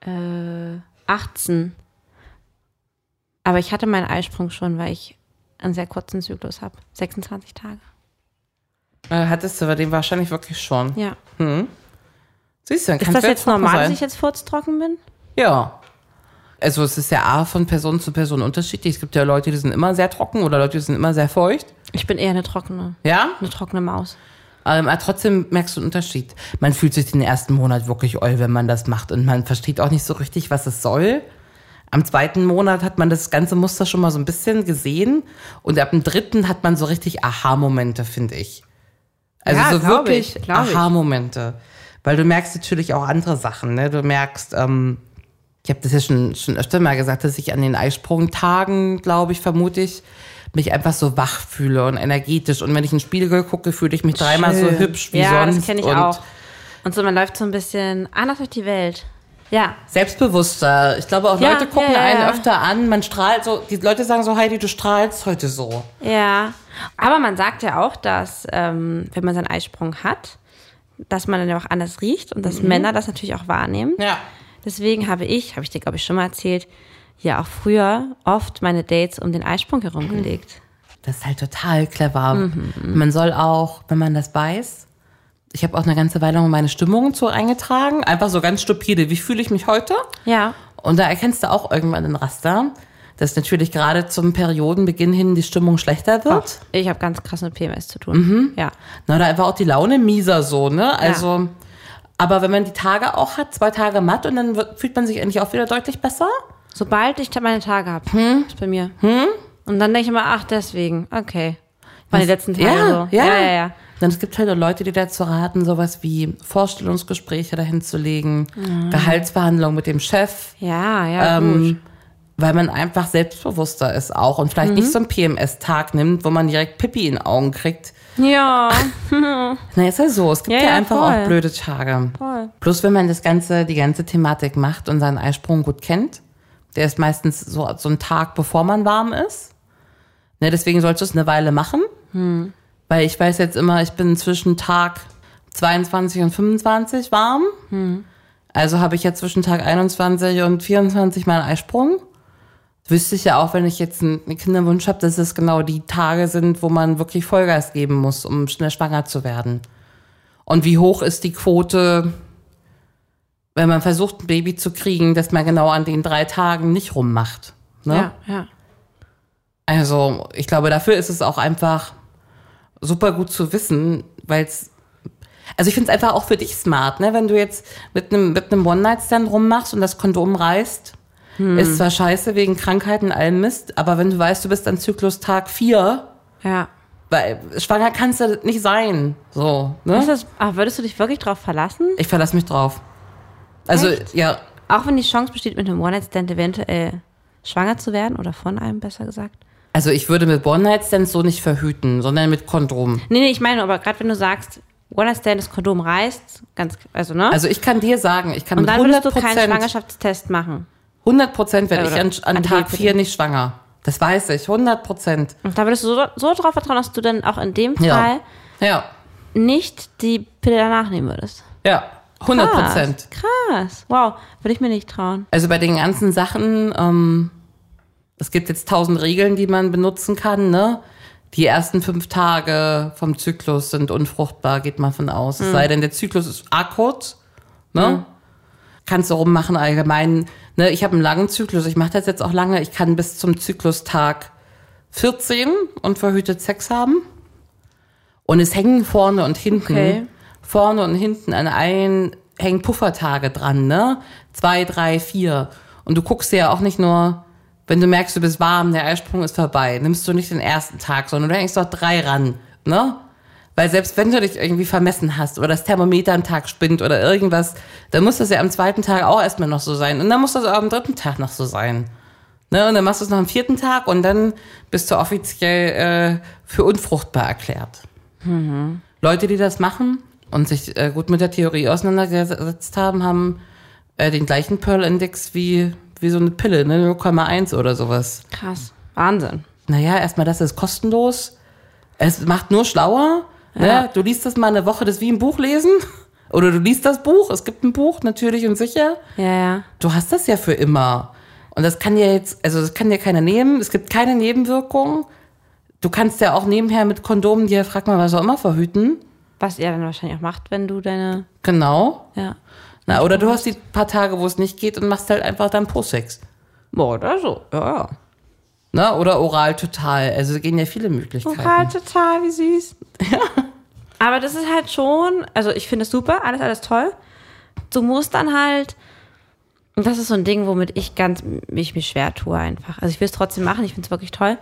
[SPEAKER 3] Äh, 18. Aber ich hatte meinen Eisprung schon, weil ich einen sehr kurzen Zyklus habe. 26 Tage.
[SPEAKER 2] Äh, hattest du bei dem wahrscheinlich wirklich schon.
[SPEAKER 3] Ja.
[SPEAKER 2] Siehst du, dann
[SPEAKER 3] Ist
[SPEAKER 2] kannst
[SPEAKER 3] das
[SPEAKER 2] du
[SPEAKER 3] jetzt
[SPEAKER 2] trocken
[SPEAKER 3] normal, dass
[SPEAKER 2] sein.
[SPEAKER 3] ich jetzt furztrocken bin?
[SPEAKER 2] Ja. Also es ist ja A von Person zu Person unterschiedlich. Es gibt ja Leute, die sind immer sehr trocken oder Leute, die sind immer sehr feucht.
[SPEAKER 3] Ich bin eher eine trockene,
[SPEAKER 2] Ja?
[SPEAKER 3] eine trockene Maus.
[SPEAKER 2] Ähm, aber trotzdem merkst du einen Unterschied. Man fühlt sich den ersten Monat wirklich oll, wenn man das macht. Und man versteht auch nicht so richtig, was es soll. Am zweiten Monat hat man das ganze Muster schon mal so ein bisschen gesehen. Und ab dem dritten hat man so richtig Aha-Momente, finde ich. Also
[SPEAKER 3] Ja,
[SPEAKER 2] so
[SPEAKER 3] glaub
[SPEAKER 2] wirklich
[SPEAKER 3] ich, glaub ich.
[SPEAKER 2] Aha-Momente. Weil du merkst natürlich auch andere Sachen. Ne? Du merkst, ähm, ich habe das ja schon, schon öfter mal gesagt, dass ich an den Eisprungtagen, glaube ich, vermute ich, mich einfach so wach fühle und energetisch. Und wenn ich in den Spiegel gucke, fühle ich mich dreimal so
[SPEAKER 3] Schön.
[SPEAKER 2] hübsch wie
[SPEAKER 3] ja,
[SPEAKER 2] sonst.
[SPEAKER 3] das kenne ich
[SPEAKER 2] und
[SPEAKER 3] auch. Und so, man läuft so ein bisschen anders durch die Welt. Ja,
[SPEAKER 2] Selbstbewusster. Ich glaube, auch
[SPEAKER 3] Ja,
[SPEAKER 2] Leute gucken
[SPEAKER 3] ja, ja,
[SPEAKER 2] einen
[SPEAKER 3] ja.
[SPEAKER 2] öfter an. Man strahlt so, die Leute sagen so, Heidi, du strahlst heute so.
[SPEAKER 3] Ja, aber man sagt ja auch, dass ähm, wenn man seinen Eisprung hat, dass man dann auch anders riecht und dass Männer das natürlich auch wahrnehmen.
[SPEAKER 2] Mhm. Ja.
[SPEAKER 3] Deswegen habe ich, habe ich dir glaube ich schon mal erzählt, ja auch früher oft meine Dates um den Eisprung herumgelegt.
[SPEAKER 2] Das ist halt total clever.
[SPEAKER 3] Mhm.
[SPEAKER 2] Man soll auch, wenn man das weiß, ich habe auch eine ganze Weile lang meine Stimmungen so eingetragen. Einfach so ganz stupide. Wie fühle ich mich heute?
[SPEAKER 3] Ja,
[SPEAKER 2] Und da erkennst du auch irgendwann den Raster, dass natürlich gerade zum Periodenbeginn hin die Stimmung schlechter wird.
[SPEAKER 3] ich habe ganz krass mit PMS zu
[SPEAKER 2] Mhm.
[SPEAKER 3] tun. Ja,
[SPEAKER 2] Na, da war auch die Laune mieser so, ne? Also, aber wenn man die Tage auch hat, zwei Tage matt und dann wird, fühlt man sich eigentlich auch wieder deutlich besser.
[SPEAKER 3] sobald ich da meine Tage habe,
[SPEAKER 2] Hm?
[SPEAKER 3] ist bei mir. Und dann denke ich immer, ach deswegen, okay, meine letzten Tage so.
[SPEAKER 2] ja,
[SPEAKER 3] ja, ja. ja.
[SPEAKER 2] Dann es gibt halt auch Leute, die dazu raten, sowas wie Vorstellungsgespräche dahin zu legen, Gehaltsverhandlungen mit dem Chef,
[SPEAKER 3] Ja, ja, Mhm. gut. Mhm.
[SPEAKER 2] ähm, weil man einfach selbstbewusster ist auch und vielleicht nicht so einen PMS-Tag nimmt, wo man direkt Pippi in den Augen kriegt.
[SPEAKER 3] Ja,
[SPEAKER 2] Na, ist ja so. Es gibt ja,
[SPEAKER 3] Ja, ja,
[SPEAKER 2] einfach
[SPEAKER 3] voll.
[SPEAKER 2] auch blöde Tage.
[SPEAKER 3] Voll.
[SPEAKER 2] Plus, wenn man das ganze, die ganze Thematik macht und seinen Eisprung gut kennt, der ist meistens so, so ein Tag, bevor man warm ist. Ne, deswegen sollst du es eine Weile machen.
[SPEAKER 3] Hm.
[SPEAKER 2] Weil ich weiß jetzt immer, ich bin zwischen Tag 22 und 25 warm. Also habe ich ja zwischen Tag 21 und 24 meinen Eisprung. Wüsste ich ja auch, wenn ich jetzt einen einen Kinderwunsch habe, dass es genau die Tage sind, wo man wirklich Vollgas geben muss, um schnell schwanger zu werden. Und wie hoch ist die Quote, wenn man versucht, ein Baby zu kriegen, dass man genau an den drei Tagen nicht rummacht? Ne?
[SPEAKER 3] ja, ja.
[SPEAKER 2] Also, ich glaube, dafür ist es auch einfach super gut zu wissen, weil es. Also ich finde es einfach auch für dich smart, ne? Wenn du jetzt mit einem mit einem One-Night-Stand rummachst und das Kondom reißt,
[SPEAKER 3] Hm.
[SPEAKER 2] ist zwar scheiße wegen Krankheiten und allem Mist, aber wenn du weißt, du bist an Zyklustag 4,
[SPEAKER 3] ja.
[SPEAKER 2] weil schwanger kannst du nicht sein. So, ne?
[SPEAKER 3] Ist das, ach, würdest du dich wirklich darauf verlassen?
[SPEAKER 2] Ich verlasse mich drauf. Also, ja,
[SPEAKER 3] Auch wenn die Chance besteht, mit einem One-Night-Stand eventuell schwanger zu werden oder von einem, besser gesagt.
[SPEAKER 2] also ich würde mit One-Night-Stands so nicht verhüten, sondern mit Kondom.
[SPEAKER 3] Nee, nee, ich meine, aber gerade wenn du sagst, One-Night-Stand, das Kondom reißt, ganz, also, ne?
[SPEAKER 2] Also ich kann dir sagen, ich kann
[SPEAKER 3] Und
[SPEAKER 2] mit
[SPEAKER 3] dann
[SPEAKER 2] 100
[SPEAKER 3] würdest du keinen Schwangerschaftstest machen.
[SPEAKER 2] 100 Prozent werde ich
[SPEAKER 3] Oder
[SPEAKER 2] an, an
[SPEAKER 3] an
[SPEAKER 2] Tag
[SPEAKER 3] Hefe.
[SPEAKER 2] 4 nicht schwanger. Das weiß ich, 100 Prozent.
[SPEAKER 3] Und da würdest du so, so drauf vertrauen, dass du dann auch in dem
[SPEAKER 2] Ja.
[SPEAKER 3] Fall
[SPEAKER 2] Ja,
[SPEAKER 3] nicht die Pille danach nehmen würdest. Ah,
[SPEAKER 2] ja, 100 Prozent.
[SPEAKER 3] Krass. Wow, würde ich mir nicht trauen.
[SPEAKER 2] Also bei den ganzen Sachen, ähm, es gibt jetzt tausend Regeln, die man benutzen kann, ne? Die ersten fünf Tage vom Zyklus sind unfruchtbar, geht man von aus. Es sei denn, der Zyklus ist arg kurz. Ne? Kannst du rummachen allgemein. Ne? Ich habe einen langen Zyklus. Ich mache das jetzt auch lange. Ich kann bis zum Zyklustag 14 unverhütet Sex haben. Und es hängen vorne und hinten,
[SPEAKER 3] Okay.
[SPEAKER 2] vorne und hinten an allen hängen Puffertage dran, ne? Zwei, drei, vier. Und du guckst dir ja auch nicht nur, wenn du merkst, du bist warm, der Eisprung ist vorbei, nimmst du nicht den ersten Tag, sondern du hängst doch drei ran, ne? Weil selbst wenn du dich irgendwie vermessen hast oder das Thermometer am Tag spinnt oder irgendwas, dann muss das ja am zweiten Tag auch erstmal noch so sein. Und dann muss das auch am dritten Tag noch so sein. Ne, und dann machst du es noch am vierten Tag und dann bist du offiziell äh, für unfruchtbar erklärt. Leute, die das machen und sich äh, gut mit der Theorie auseinandergesetzt haben, haben äh, den gleichen Pearl-Index wie, wie so eine Pille, ne? 0,1 oder sowas.
[SPEAKER 3] Krass. Wahnsinn.
[SPEAKER 2] Naja, erstmal, das ist kostenlos. Es macht nur schlauer. Ne? Du liest das mal eine Woche, das ist wie ein Buch lesen. Oder du liest das Buch, es gibt ein Buch, natürlich und sicher
[SPEAKER 3] Ja, ja.
[SPEAKER 2] du hast das ja für immer. Und das kann dir jetzt, also das kann dir keiner nehmen. Es gibt keine Nebenwirkungen. Du kannst ja auch nebenher mit Kondomen dir, frag mal, was auch immer, verhüten.
[SPEAKER 3] Was ihr dann wahrscheinlich auch macht, wenn du deine.
[SPEAKER 2] Genau.
[SPEAKER 3] Ja.
[SPEAKER 2] Na, oder du hast die paar Tage, wo es nicht geht und machst halt einfach dann Prosex.
[SPEAKER 3] Oder so.
[SPEAKER 2] Ja. Na, Ne? oder oral total. Also es gehen ja viele Möglichkeiten.
[SPEAKER 3] Total, total, wie süß. Aber das ist halt schon, also ich finde es super, alles, alles toll. Du musst dann halt, und das ist so ein Ding, womit ich ganz, mich, mich schwer tue einfach. Also ich will es trotzdem machen, ich finde es wirklich toll.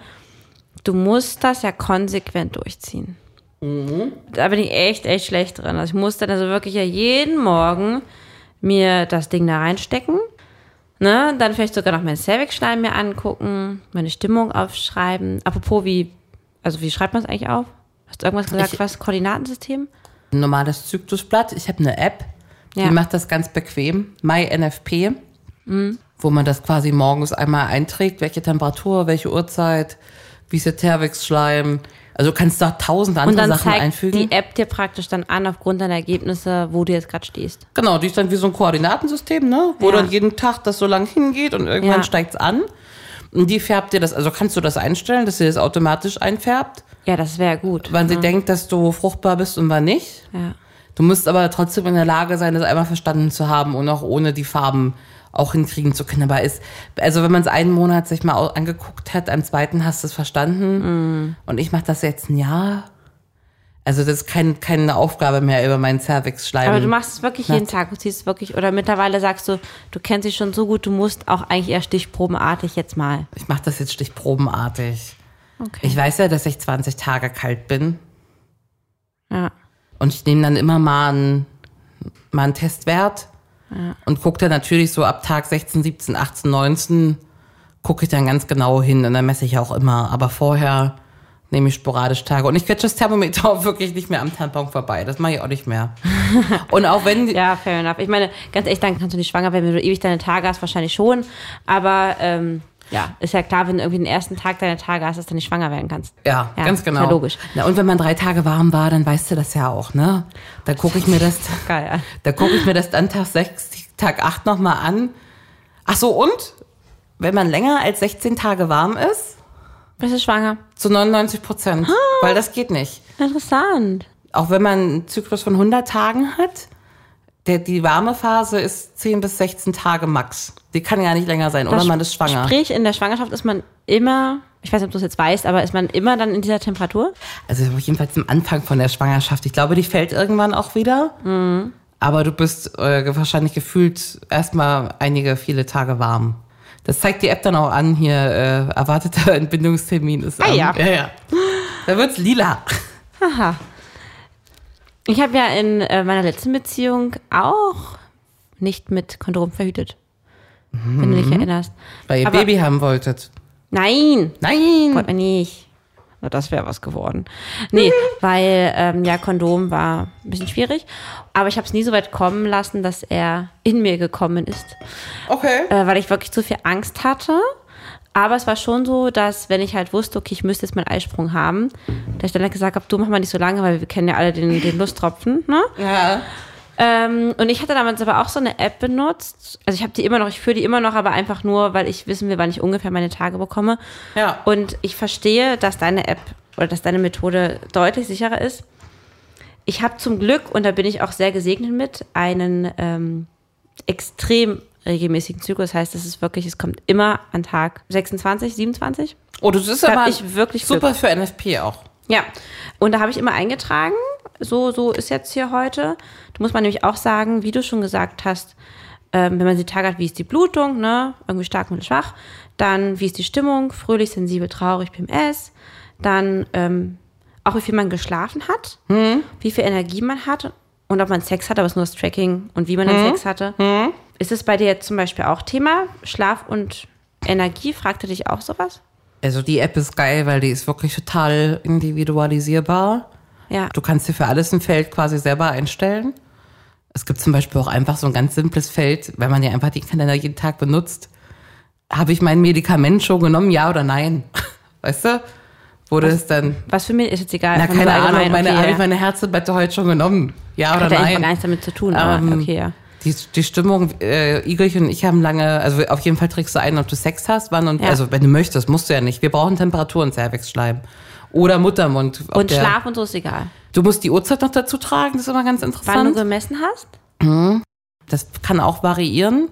[SPEAKER 3] Du musst das ja konsequent durchziehen. Da bin ich echt, echt schlecht drin. Also ich muss dann also wirklich ja jeden Morgen mir das Ding da reinstecken. Ne, dann vielleicht sogar noch meinen Cervix-Schleim mir angucken, meine Stimmung aufschreiben. Apropos, wie, also wie schreibt man es eigentlich auf? Hast du irgendwas gesagt,
[SPEAKER 2] Ich-
[SPEAKER 3] was? Koordinatensystem?
[SPEAKER 2] Ein normales Zyklusblatt. Ich habe eine App,
[SPEAKER 3] Ja.
[SPEAKER 2] die macht das ganz bequem. MyNFP, wo man das quasi morgens einmal einträgt, welche Temperatur, welche Uhrzeit, wie ist der Tervix-Schleim. Also du kannst da tausend andere
[SPEAKER 3] Und dann
[SPEAKER 2] Sachen
[SPEAKER 3] zeigt
[SPEAKER 2] einfügen.
[SPEAKER 3] die App dir praktisch dann an, aufgrund deiner Ergebnisse, wo du jetzt gerade stehst.
[SPEAKER 2] Genau, die ist dann wie so ein Koordinatensystem, ne? Wo
[SPEAKER 3] Ja.
[SPEAKER 2] dann jeden Tag das so lang hingeht und irgendwann
[SPEAKER 3] Ja.
[SPEAKER 2] steigt's an. Und die färbt dir das, also kannst du das einstellen, dass sie das automatisch einfärbt,
[SPEAKER 3] Ja, das wäre gut.
[SPEAKER 2] wann sie denkt, dass du fruchtbar bist und wann nicht.
[SPEAKER 3] Ja.
[SPEAKER 2] Du musst aber trotzdem in der Lage sein, das einmal verstanden zu haben und auch ohne die Farben auch hinkriegen zu können. Aber ist, also wenn man es einen Monat sich mal au- angeguckt hat, am zweiten hast du es verstanden.
[SPEAKER 3] Mhm.
[SPEAKER 2] Und ich mache das jetzt ein Jahr. Also das ist kein, keine Aufgabe mehr über meinen Cervix schleimen.
[SPEAKER 3] Aber du machst es wirklich jeden Tag, du ziehst es wirklich, oder mittlerweile sagst du, du kennst dich schon so gut, du musst auch eigentlich eher stichprobenartig jetzt mal.
[SPEAKER 2] ich mache das jetzt stichprobenartig.
[SPEAKER 3] Okay.
[SPEAKER 2] Ich weiß ja, dass ich 20 Tage kalt bin.
[SPEAKER 3] ja.
[SPEAKER 2] Und ich nehme dann immer mal einen, mal einen Testwert und gucke dann natürlich so ab Tag 16, 17, 18, 19, gucke ich dann ganz genau hin und dann messe ich auch immer. Aber vorher nehme ich sporadisch Tage. Und ich quetsche das Thermometer auch wirklich nicht mehr am Tampon vorbei. Das mache ich auch nicht mehr. und auch wenn,
[SPEAKER 3] Ja, fair enough. Ich meine, ganz ehrlich, dann kannst du nicht schwanger werden, wenn du ewig deine Tage hast, wahrscheinlich schon. Aber ähm, ja, ist ja klar, wenn du irgendwie den ersten Tag deine Tage hast, dass du nicht schwanger werden kannst.
[SPEAKER 2] Ja,
[SPEAKER 3] Ja,
[SPEAKER 2] ganz
[SPEAKER 3] ist
[SPEAKER 2] genau.
[SPEAKER 3] ja logisch.
[SPEAKER 2] Na, und wenn man drei Tage warm war, dann weißt du das ja auch, ne? Da gucke ich mir das,
[SPEAKER 3] Geil, ja.
[SPEAKER 2] da gucke ich mir das dann Tag sechs, Tag acht nochmal an. Ach so, und? Wenn man länger als 16 Tage warm ist,
[SPEAKER 3] Bist du schwanger?
[SPEAKER 2] zu 99 Prozent. Weil das geht nicht.
[SPEAKER 3] Interessant.
[SPEAKER 2] Auch wenn man einen Zyklus von 100 Tagen hat, der, die warme Phase ist 10 bis 16 Tage max. Die kann ja nicht länger sein, oder man ist schwanger.
[SPEAKER 3] Sprich, in der Schwangerschaft ist man immer, ich weiß nicht, ob du es jetzt weißt, aber ist man immer dann in dieser Temperatur?
[SPEAKER 2] Also jedenfalls am Anfang von der Schwangerschaft. Ich glaube, die fällt irgendwann auch wieder. Aber du bist äh, wahrscheinlich gefühlt erstmal einige, viele Tage warm. Das zeigt die App dann auch an, hier äh, erwarteter Entbindungstermin ist.
[SPEAKER 3] Ah
[SPEAKER 2] am-
[SPEAKER 3] ja.
[SPEAKER 2] ja, ja. Da wird's lila.
[SPEAKER 3] Haha. Ich habe ja in äh, meiner letzten Beziehung auch nicht mit Kondom verhütet. Wenn
[SPEAKER 2] Mhm.
[SPEAKER 3] du dich erinnerst.
[SPEAKER 2] Weil ihr
[SPEAKER 3] Aber-
[SPEAKER 2] Baby haben wolltet.
[SPEAKER 3] Nein!
[SPEAKER 2] Nein!
[SPEAKER 3] Wollte man nicht. Na, das wäre was geworden. Nee, weil ähm, ja, Kondom war ein bisschen schwierig. Aber ich habe es nie so weit kommen lassen, dass er in mir gekommen ist,
[SPEAKER 2] Okay.
[SPEAKER 3] äh, weil ich wirklich zu viel Angst hatte. Aber es war schon so, dass wenn ich halt wusste, okay, ich müsste jetzt meinen Eisprung haben, dass ich dann halt gesagt habe, du mach mal nicht so lange, weil wir kennen ja alle den, den Lusttropfen, ne?
[SPEAKER 2] Ja.
[SPEAKER 3] Ähm, und ich hatte damals aber auch so eine App benutzt. Also ich habe die immer noch, ich führe die immer noch, aber einfach nur, weil ich wissen will, wann ich ungefähr meine Tage bekomme.
[SPEAKER 2] Ja.
[SPEAKER 3] Und ich verstehe, dass deine App oder dass deine Methode deutlich sicherer ist. Ich habe zum Glück, und da bin ich auch sehr gesegnet mit, einen ähm, extrem regelmäßigen Zyklus. Das heißt, es ist wirklich, es kommt immer an Tag 26, 27.
[SPEAKER 2] Oh, das ist
[SPEAKER 3] Da
[SPEAKER 2] aber
[SPEAKER 3] hab ich wirklich
[SPEAKER 2] super für NFP auch.
[SPEAKER 3] Ja, und da habe ich immer eingetragen, so, so ist jetzt hier heute. Da muss man nämlich auch sagen, wie du schon gesagt hast, ähm, wenn man die Tage hat, wie ist die Blutung, ne? irgendwie stark, mittel, schwach. Dann, wie ist die Stimmung, fröhlich, sensibel, traurig, PMS. Dann ähm, auch, wie viel man geschlafen hat,
[SPEAKER 2] Mhm.
[SPEAKER 3] wie viel Energie man hat und ob man Sex hat, aber es ist nur das Tracking und wie man
[SPEAKER 2] Mhm.
[SPEAKER 3] den Sex hatte. Ist es bei dir jetzt zum Beispiel auch Thema? Schlaf und Energie, fragte dich auch sowas?
[SPEAKER 2] Also die App ist geil, weil die ist wirklich total individualisierbar.
[SPEAKER 3] Ja.
[SPEAKER 2] Du kannst dir für alles ein Feld quasi selber einstellen. Es gibt zum Beispiel auch einfach so ein ganz simples Feld, wenn man ja einfach den Kalender jeden Tag benutzt. Habe ich mein Medikament schon genommen, ja oder nein? Weißt du? Wurde es dann,
[SPEAKER 3] Was für mich ist jetzt egal.
[SPEAKER 2] na
[SPEAKER 3] wenn du
[SPEAKER 2] keine Ahnung,
[SPEAKER 3] allgemein,
[SPEAKER 2] meine,
[SPEAKER 3] okay,
[SPEAKER 2] habe
[SPEAKER 3] ja.
[SPEAKER 2] ich meine Herztablette heute schon genommen, ja oder
[SPEAKER 3] Hat ja eigentlich
[SPEAKER 2] nein?
[SPEAKER 3] gar nichts damit zu tun, aber
[SPEAKER 2] Ähm,
[SPEAKER 3] okay, ja.
[SPEAKER 2] Die, die Stimmung, äh, Igelchen und ich haben lange, also auf jeden Fall trägst du ein, ob du Sex hast, wann und,
[SPEAKER 3] Ja.
[SPEAKER 2] also wenn du möchtest, musst du ja nicht. Wir brauchen Temperatur und Cervixschleim. Oder Muttermund. ob
[SPEAKER 3] Und
[SPEAKER 2] der-
[SPEAKER 3] Schlaf und so ist egal.
[SPEAKER 2] Du musst die Uhrzeit noch dazu tragen, das ist immer ganz
[SPEAKER 3] Wann du
[SPEAKER 2] interessant.
[SPEAKER 3] gemessen hast?
[SPEAKER 2] Das kann auch variieren.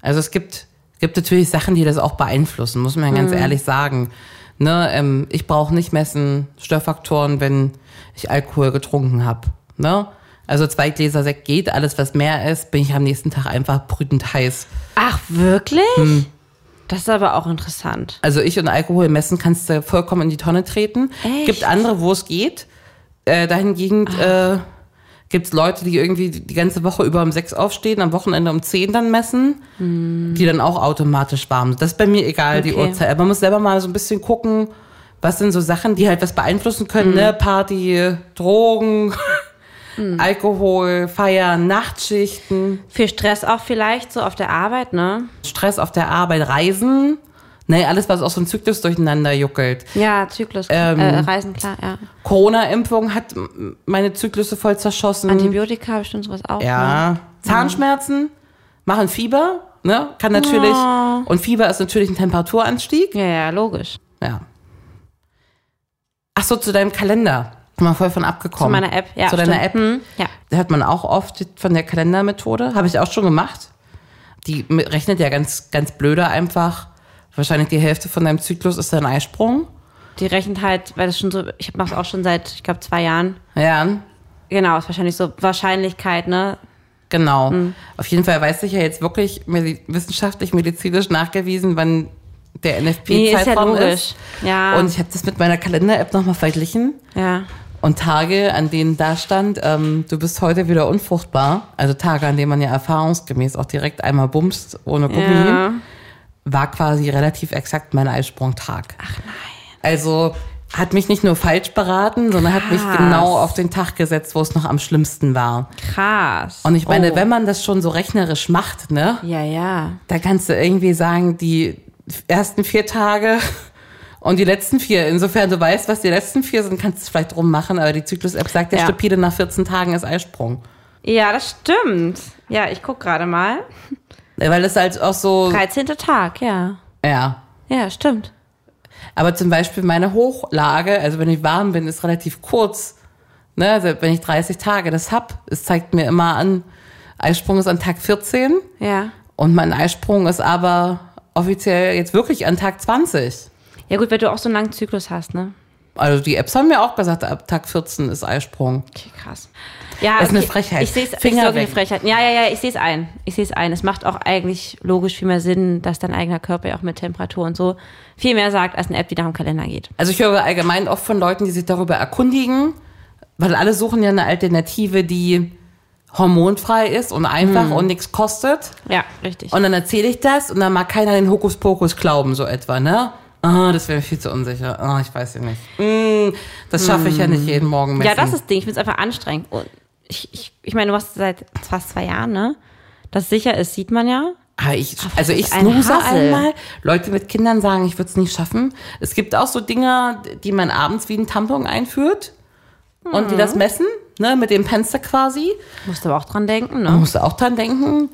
[SPEAKER 2] Also es gibt, gibt natürlich Sachen, die das auch beeinflussen, muss man ganz ehrlich sagen. Ne, ähm, ich brauche nicht messen Störfaktoren, wenn ich Alkohol getrunken habe. Ne? Also zwei Gläser Sekt geht, alles was mehr ist, bin ich am nächsten Tag einfach brütend heiß.
[SPEAKER 3] Ach, wirklich? Das ist aber auch interessant.
[SPEAKER 2] Also ich und Alkohol messen kannst du vollkommen in die Tonne treten.
[SPEAKER 3] Echt?
[SPEAKER 2] Gibt andere, wo es geht. Äh, dahingegen
[SPEAKER 3] Ah.
[SPEAKER 2] äh, gibt es Leute, die irgendwie die ganze Woche über um sechs aufstehen, am Wochenende um zehn dann messen, die dann auch automatisch warm sind. Das ist bei mir egal, die
[SPEAKER 3] Hm. Okay.
[SPEAKER 2] Uhrzeit. Aber man muss selber mal so ein bisschen gucken, was sind so Sachen, die halt was beeinflussen können.
[SPEAKER 3] Hm.
[SPEAKER 2] Ne? Party, Drogen,
[SPEAKER 3] Hm.
[SPEAKER 2] Alkohol, Feiern, Nachtschichten.
[SPEAKER 3] Viel Stress auch vielleicht, so auf der Arbeit, ne?
[SPEAKER 2] Stress auf der Arbeit, Reisen, ne, alles, was auch so ein Zyklus durcheinander juckelt.
[SPEAKER 3] Ja, Zyklus,
[SPEAKER 2] Ähm,
[SPEAKER 3] äh, Reisen, klar, ja.
[SPEAKER 2] Corona-Impfung hat m- meine Zyklusse voll zerschossen.
[SPEAKER 3] Antibiotika bestimmt sowas auch. Ne?
[SPEAKER 2] ja. Zahnschmerzen machen Fieber, ne? Kann natürlich. Und Fieber ist natürlich ein Temperaturanstieg.
[SPEAKER 3] Ja, ja, logisch.
[SPEAKER 2] Ja. Ach so, zu deinem Kalender. Bin mal voll von
[SPEAKER 3] Zu
[SPEAKER 2] abgekommen.
[SPEAKER 3] meiner App, ja.
[SPEAKER 2] Zu deiner
[SPEAKER 3] stimmt.
[SPEAKER 2] App.
[SPEAKER 3] Hm, ja.
[SPEAKER 2] Da hört man auch oft von der Kalendermethode. Habe ich auch schon gemacht. Die m- rechnet ja ganz, ganz blöde einfach. Wahrscheinlich die Hälfte von deinem Zyklus ist ein Eisprung.
[SPEAKER 3] Die rechnet halt, weil das schon so, ich mache es auch schon seit, ich glaube, zwei Jahren.
[SPEAKER 2] Ja.
[SPEAKER 3] Genau, ist wahrscheinlich so Wahrscheinlichkeit, ne?
[SPEAKER 2] Genau.
[SPEAKER 3] Mhm.
[SPEAKER 2] Auf jeden Fall weiß ich ja jetzt wirklich medi- wissenschaftlich, medizinisch nachgewiesen, wann der
[SPEAKER 3] Nee, ist ja
[SPEAKER 2] NFP-Zeitraum
[SPEAKER 3] logisch.
[SPEAKER 2] ist.
[SPEAKER 3] Ja.
[SPEAKER 2] Und ich habe das mit meiner Kalender-App nochmal verglichen
[SPEAKER 3] ja.
[SPEAKER 2] und Tage, an denen da stand, ähm, du bist heute wieder unfruchtbar, also Tage, an denen man ja erfahrungsgemäß auch direkt einmal bumst ohne Gummi,
[SPEAKER 3] Ja.
[SPEAKER 2] war quasi relativ exakt mein Eisprungtag. Ach nein. Also hat mich nicht nur falsch beraten, sondern hat mich
[SPEAKER 3] Krass.
[SPEAKER 2] genau auf den Tag gesetzt, wo es noch am schlimmsten war.
[SPEAKER 3] Krass.
[SPEAKER 2] Und ich meine,
[SPEAKER 3] Oh.
[SPEAKER 2] wenn man das schon so rechnerisch macht, ne,
[SPEAKER 3] Ja, ja.
[SPEAKER 2] da kannst du irgendwie sagen, die ersten vier Tage und die letzten vier. Insofern du weißt, was die letzten vier sind, kannst du es vielleicht drum machen, aber die Zyklus-App sagt, der
[SPEAKER 3] Ja.
[SPEAKER 2] Stupide nach 14 Tagen ist Eisprung.
[SPEAKER 3] Ja, das stimmt. Ja, ich guck gerade mal.
[SPEAKER 2] Äh, Weil das halt auch so,
[SPEAKER 3] 13. Tag, ja.
[SPEAKER 2] ja.
[SPEAKER 3] Ja, stimmt.
[SPEAKER 2] Aber zum Beispiel meine Hochlage, also wenn ich warm bin, ist relativ kurz. Ne, also wenn ich 30 Tage das hab, es zeigt mir immer an, Eisprung ist an Tag 14
[SPEAKER 3] Ja.
[SPEAKER 2] und mein Eisprung ist aber offiziell jetzt wirklich an Tag 20.
[SPEAKER 3] Ja, gut, weil du auch so einen langen Zyklus hast, ne?
[SPEAKER 2] Also die Apps haben mir auch gesagt, ab Tag 14 ist Eisprung.
[SPEAKER 3] Okay, krass. Ja,
[SPEAKER 2] Das ist
[SPEAKER 3] okay.
[SPEAKER 2] eine Frechheit.
[SPEAKER 3] Ich sehe es
[SPEAKER 2] Finger
[SPEAKER 3] eine
[SPEAKER 2] weg.
[SPEAKER 3] Frechheit. Ja, ja, ja, ich sehe es ein. Ich sehe es ein. Es macht auch eigentlich logisch viel mehr Sinn, dass dein eigener Körper ja auch mit Temperatur und so viel mehr sagt, als eine App, die nach dem Kalender geht.
[SPEAKER 2] Also ich höre allgemein oft von Leuten, die sich darüber erkundigen, weil alle suchen ja eine Alternative, die hormonfrei ist und einfach
[SPEAKER 3] Hm.
[SPEAKER 2] und nichts kostet.
[SPEAKER 3] Ja, richtig.
[SPEAKER 2] Und dann erzähle ich das und dann mag keiner den Hokuspokus glauben, so etwa, ne? Ah, das wäre mir viel zu unsicher. Ah, ich weiß ja nicht. Mm, das schaffe ich ja nicht jeden Morgen messen.
[SPEAKER 3] Hm. ja, das ist das Ding. Ich finde es einfach anstrengend. Und ich, ich, ich meine, du machst es seit fast zwei Jahren, ne? Dass es sicher ist, sieht man ja.
[SPEAKER 2] Ah, ich, also
[SPEAKER 3] das
[SPEAKER 2] ich
[SPEAKER 3] ist ein
[SPEAKER 2] snooze
[SPEAKER 3] Hassel.
[SPEAKER 2] einmal. Leute mit Kindern sagen, ich würde es nicht schaffen. Es gibt auch so Dinger, die man abends wie einen Tampon einführt und
[SPEAKER 3] Hm.
[SPEAKER 2] die das messen, ne, mit dem Fenster quasi.
[SPEAKER 3] Musst aber auch dran denken, ne?
[SPEAKER 2] Man muss auch dran denken.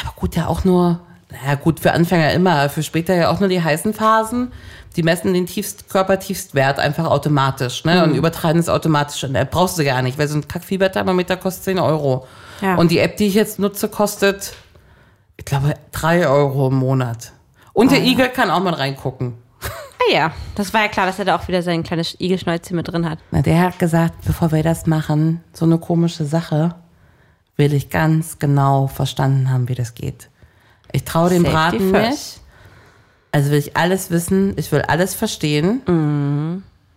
[SPEAKER 2] Aber gut, ja auch nur naja, gut, für Anfänger immer, für später ja auch nur die heißen Phasen. Die messen den Tiefst Körpertiefstwert einfach automatisch ne? und übertreiben es automatisch. Und, äh, brauchst du gar nicht, weil so ein Kackfieberthermometer kostet 10 Euro.
[SPEAKER 3] Ja.
[SPEAKER 2] Und die App, die ich jetzt nutze, kostet, ich glaube, 3 Euro im Monat. Und der Igel kann auch mal reingucken.
[SPEAKER 3] Ah ja, das war ja klar, dass er da auch wieder sein kleines Igelschnäuzchen mit drin hat.
[SPEAKER 2] Na, der hat gesagt, bevor wir das machen, so eine komische Sache, will ich ganz genau verstanden haben, wie das geht. Ich traue dem
[SPEAKER 3] Safety
[SPEAKER 2] Braten
[SPEAKER 3] first.
[SPEAKER 2] nicht. Also will ich alles wissen, ich will alles verstehen.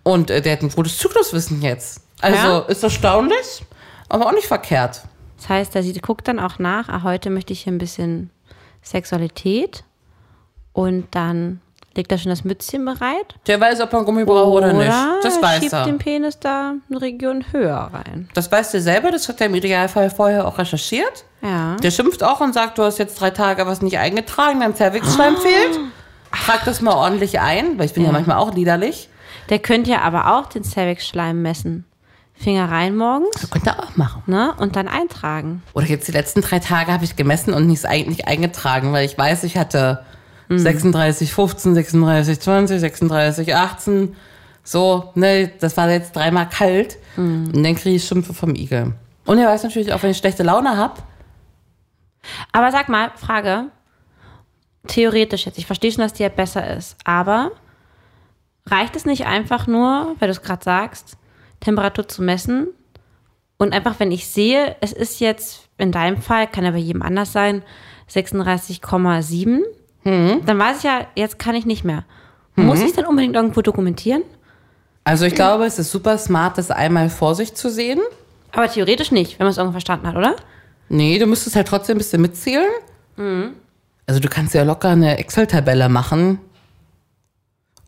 [SPEAKER 2] Und äh, der hat ein gutes Zykluswissen jetzt. Also
[SPEAKER 3] Mhm. Ja.
[SPEAKER 2] ist erstaunlich, aber auch nicht verkehrt.
[SPEAKER 3] Das heißt, da sie guckt dann auch nach, ah, heute möchte ich hier ein bisschen Sexualität. Und dann legt er schon das Mützchen bereit.
[SPEAKER 2] Der weiß, ob er einen Gummi braucht oder nicht. Das weiß
[SPEAKER 3] schiebt
[SPEAKER 2] er.
[SPEAKER 3] den Penis da eine Region höher rein.
[SPEAKER 2] Das weiß er selber, das hat er im Idealfall vorher auch recherchiert.
[SPEAKER 3] Ja.
[SPEAKER 2] Der schimpft auch und sagt, du hast jetzt drei Tage was nicht eingetragen, dein Cervixschleim fehlt. Trag das mal ordentlich ein, weil ich bin Ah. ja, manchmal auch liederlich.
[SPEAKER 3] Der könnte ja aber auch den Cervix-Schleim messen. Finger rein morgens,
[SPEAKER 2] Könnt ihr auch machen.
[SPEAKER 3] ne? Und dann eintragen.
[SPEAKER 2] Oder jetzt die letzten drei Tage habe ich gemessen und nichts ein- nicht eingetragen, weil ich weiß, ich hatte 36, 15, 36, 20, 36, 18. So, ne, das war jetzt dreimal kalt. Und dann kriege ich Schimpfe vom Igel. Und er weiß natürlich auch, wenn ich schlechte Laune habe,
[SPEAKER 3] Aber sag mal, Frage. Theoretisch jetzt, ich verstehe schon, dass die App besser ist, aber reicht es nicht einfach nur, weil du es gerade sagst, Temperatur zu messen und einfach, wenn ich sehe, es ist jetzt in deinem Fall, kann ja bei jedem anders sein, 36,7, dann weiß ich ja, jetzt kann ich nicht mehr. Muss ich dann unbedingt irgendwo dokumentieren?
[SPEAKER 2] also ich glaube, es ist super smart, das einmal vor sich zu sehen.
[SPEAKER 3] Aber theoretisch nicht, wenn man es irgendwo verstanden hat, oder?
[SPEAKER 2] Nee, du müsstest halt trotzdem ein bisschen mitzählen.
[SPEAKER 3] Mhm.
[SPEAKER 2] Also du kannst ja locker eine Excel-Tabelle machen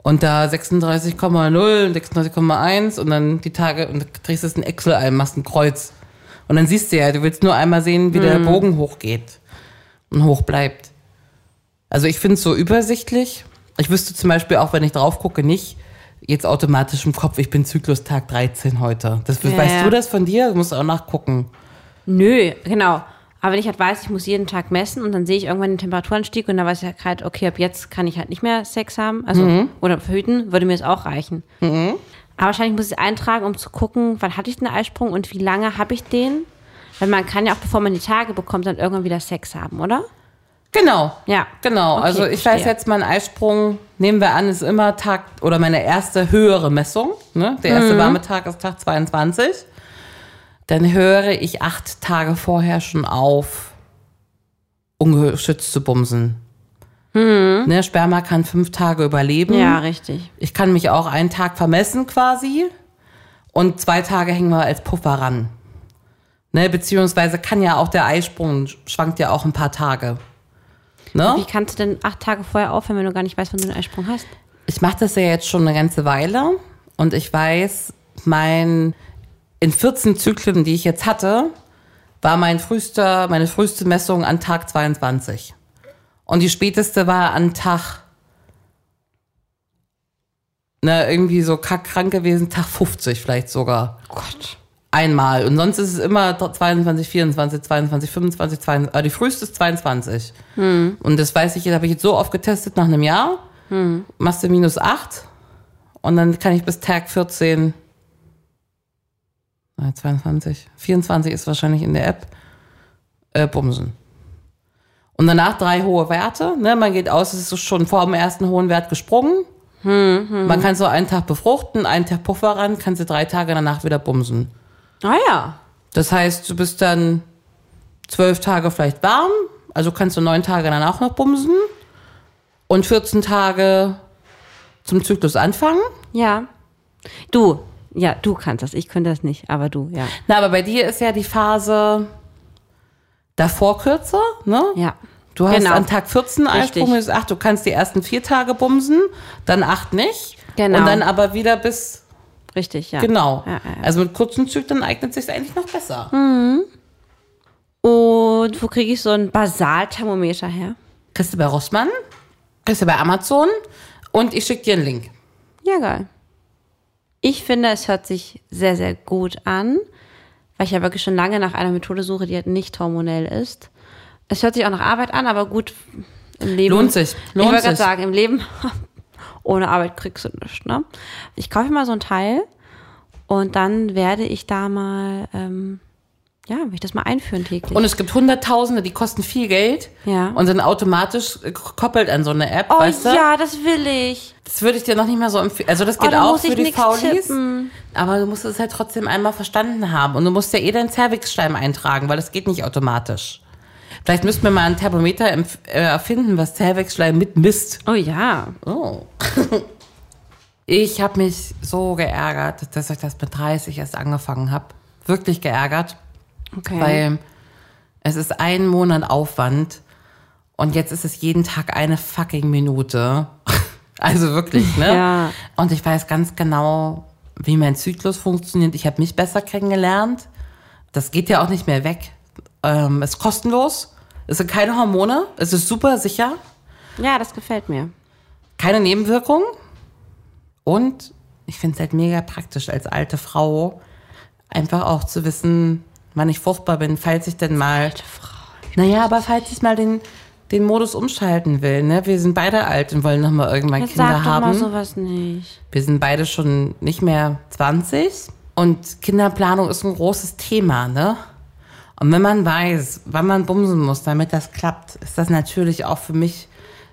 [SPEAKER 2] und da 36,0 und 36,1 und dann die Tage und dann drehst du es in Excel ein, machst ein Kreuz. Und dann siehst du ja, du willst nur einmal sehen, wie
[SPEAKER 3] Mhm.
[SPEAKER 2] der Bogen hochgeht und hoch bleibt. Also ich finde es so übersichtlich. Ich wüsste zum Beispiel auch, wenn ich drauf gucke, nicht jetzt automatisch im Kopf, ich bin Zyklustag 13 heute. Das,
[SPEAKER 3] Ja,
[SPEAKER 2] weißt
[SPEAKER 3] ja.
[SPEAKER 2] du das von dir? Du musst auch nachgucken.
[SPEAKER 3] Nö, genau. Aber wenn ich halt weiß, ich muss jeden Tag messen und dann sehe ich irgendwann den Temperaturanstieg und dann weiß ich halt, okay, ab jetzt kann ich halt nicht mehr Sex haben, also
[SPEAKER 2] Mhm.
[SPEAKER 3] oder verhüten, würde mir das auch reichen. Aber wahrscheinlich muss ich es eintragen, um zu gucken, wann hatte ich den Eisprung und wie lange habe ich den? Weil man kann ja auch, bevor man die Tage bekommt, dann irgendwann wieder Sex haben, oder?
[SPEAKER 2] Genau.
[SPEAKER 3] Ja.
[SPEAKER 2] Genau,
[SPEAKER 3] Okay,
[SPEAKER 2] also ich
[SPEAKER 3] verstehe.
[SPEAKER 2] weiß jetzt, mein Eisprung, nehmen wir an, ist immer Tag oder meine erste höhere Messung. Ne? Der
[SPEAKER 3] Mhm.
[SPEAKER 2] erste warme Tag ist Tag 22. Dann höre ich acht Tage vorher schon auf, ungeschützt zu bumsen. Ne, Sperma kann fünf Tage überleben.
[SPEAKER 3] Mhm. Ja, richtig.
[SPEAKER 2] Ich kann mich auch einen Tag vermessen quasi und zwei Tage hängen wir als Puffer ran. Ne, beziehungsweise kann ja auch der Eisprung schwankt ja auch ein paar Tage. Ne?
[SPEAKER 3] Wie kannst du denn acht Tage vorher aufhören, wenn du gar nicht weißt, wann du den Eisprung hast?
[SPEAKER 2] ich mache das ja jetzt schon eine ganze Weile und ich weiß, mein in 14 Zyklen, die ich jetzt hatte, war mein frühester, meine früheste Messung an Tag 22. Und die späteste war an Tag ne, irgendwie so krank gewesen, Tag 50 vielleicht sogar.
[SPEAKER 3] Gott.
[SPEAKER 2] Einmal. Und sonst ist es immer 22, 24, 22, 25, 22. Aber äh, die früheste ist 22. Und das weiß ich, das habe ich jetzt so oft getestet nach einem Jahr. Machst du minus 8. Und dann kann ich bis Tag 14, äh, 22, 24 ist wahrscheinlich in der App, äh, bumsen. Und danach drei hohe Werte. Ne? Man geht aus, es ist schon vor dem ersten hohen Wert gesprungen. Man kann so einen Tag befruchten, einen Tag Puffer ran, kannst du drei Tage danach wieder bumsen.
[SPEAKER 3] Ah ja.
[SPEAKER 2] Das heißt, du bist dann zwölf Tage vielleicht warm, also kannst du neun Tage dann auch noch bumsen und 14 Tage zum Zyklus anfangen.
[SPEAKER 3] Ja. Du. Ja, du kannst das. Ich könnte das nicht, aber du, ja.
[SPEAKER 2] Na, aber bei dir ist ja die Phase davor kürzer, ne?
[SPEAKER 3] Ja.
[SPEAKER 2] Du hast
[SPEAKER 3] Genau.
[SPEAKER 2] an Tag 14
[SPEAKER 3] Richtig.
[SPEAKER 2] Eisprung, ist acht. du kannst die ersten vier Tage bumsen, dann acht nicht.
[SPEAKER 3] Genau.
[SPEAKER 2] Und dann aber wieder bis,
[SPEAKER 3] Richtig, ja.
[SPEAKER 2] genau.
[SPEAKER 3] Ja, ja, ja.
[SPEAKER 2] Also mit kurzen Zyklen eignet sich eigentlich noch besser.
[SPEAKER 3] Und wo kriege ich so ein Basalthermometer her?
[SPEAKER 2] Kriegst du bei Rossmann, kriegst du bei Amazon und ich schicke dir einen Link.
[SPEAKER 3] Ja, geil. Ich finde, es hört sich sehr, sehr gut an, weil ich ja wirklich schon lange nach einer Methode suche, die halt nicht hormonell ist. Es hört sich auch nach Arbeit an, aber gut, Im Leben.
[SPEAKER 2] Lohnt sich, lohnt
[SPEAKER 3] ich wollte gerade
[SPEAKER 2] sich.
[SPEAKER 3] sagen, im Leben ohne Arbeit kriegst du nichts. Ne? Ich kaufe mir mal so ein Teil und dann werde ich da mal, ähm, ja, will ich das mal einführen täglich.
[SPEAKER 2] Und es gibt Hunderttausende, die kosten viel Geld
[SPEAKER 3] Ja.
[SPEAKER 2] und sind automatisch gekoppelt an so eine App,
[SPEAKER 3] oh
[SPEAKER 2] weißt du?
[SPEAKER 3] ja, das will ich.
[SPEAKER 2] Das würde ich dir noch nicht mal so empfehlen. Also das
[SPEAKER 3] Oh,
[SPEAKER 2] geht
[SPEAKER 3] da
[SPEAKER 2] auch
[SPEAKER 3] muss ich
[SPEAKER 2] für die
[SPEAKER 3] nix
[SPEAKER 2] Faulis.
[SPEAKER 3] tippen.
[SPEAKER 2] Aber du musst es halt trotzdem einmal verstanden haben. Und du musst ja eh deinen Cervixschleim eintragen, weil das geht nicht automatisch. Vielleicht müssten wir mal ein Thermometer empf- äh, erfinden, was Cervixschleim mitmisst.
[SPEAKER 3] Oh ja.
[SPEAKER 2] Oh. Ich habe mich so geärgert, dass ich das mit 30 erst angefangen habe. Wirklich geärgert,
[SPEAKER 3] Okay.
[SPEAKER 2] weil es ist ein Monat Aufwand und jetzt ist es jeden Tag eine fucking Minute. Also wirklich, ne?
[SPEAKER 3] Ja.
[SPEAKER 2] Und ich weiß ganz genau, wie mein Zyklus funktioniert. Ich habe mich besser kennengelernt. Das geht ja auch nicht mehr weg. Ähm, ist kostenlos. Es sind keine Hormone. Es ist super sicher
[SPEAKER 3] ja, das gefällt mir.
[SPEAKER 2] keine Nebenwirkungen. Und ich finde es halt mega praktisch als alte Frau, einfach auch zu wissen, wann ich fruchtbar bin, falls ich denn mal. Alte Frau. Naja, aber falls ich mal den, den Modus umschalten will, ne? Wir sind beide alt und wollen nochmal irgendwann
[SPEAKER 3] Jetzt
[SPEAKER 2] Kinder
[SPEAKER 3] sag doch
[SPEAKER 2] haben.
[SPEAKER 3] mal sowas nicht.
[SPEAKER 2] Wir sind beide schon nicht mehr 20 und Kinderplanung ist ein großes Thema, ne? Und wenn man weiß, wann man bumsen muss, damit das klappt, ist das natürlich auch für mich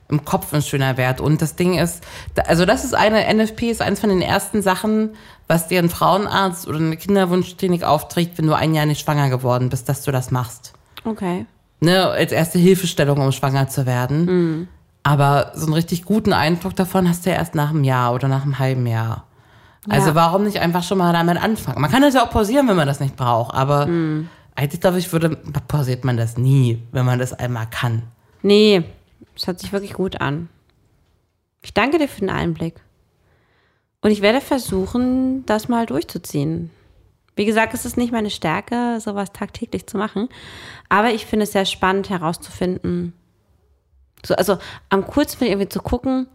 [SPEAKER 2] im Kopf ein schöner Wert. Und das Ding ist, da- also das ist eine, NFP ist eins von den ersten Sachen, was dir ein Frauenarzt oder eine Kinderwunschklinik aufträgt, wenn du ein Jahr nicht schwanger geworden bist, dass du das machst.
[SPEAKER 3] Okay.
[SPEAKER 2] Ne, als erste Hilfestellung, um schwanger zu werden. Aber so einen richtig guten Eindruck davon hast du ja erst nach einem Jahr oder nach einem halben Jahr. Also
[SPEAKER 3] Ja.
[SPEAKER 2] warum nicht einfach schon mal damit anfangen? Man kann das ja auch pausieren, wenn man das nicht braucht, aber eigentlich glaube ich, würde, pausiert man das nie, wenn man das einmal kann.
[SPEAKER 3] Nee, es hört sich wirklich gut an. Ich danke dir für den Einblick. Und ich werde versuchen, das mal durchzuziehen. Wie gesagt, es ist nicht meine Stärke, sowas tagtäglich zu machen. Aber ich finde es sehr spannend herauszufinden. So, also am kurzen irgendwie zu gucken,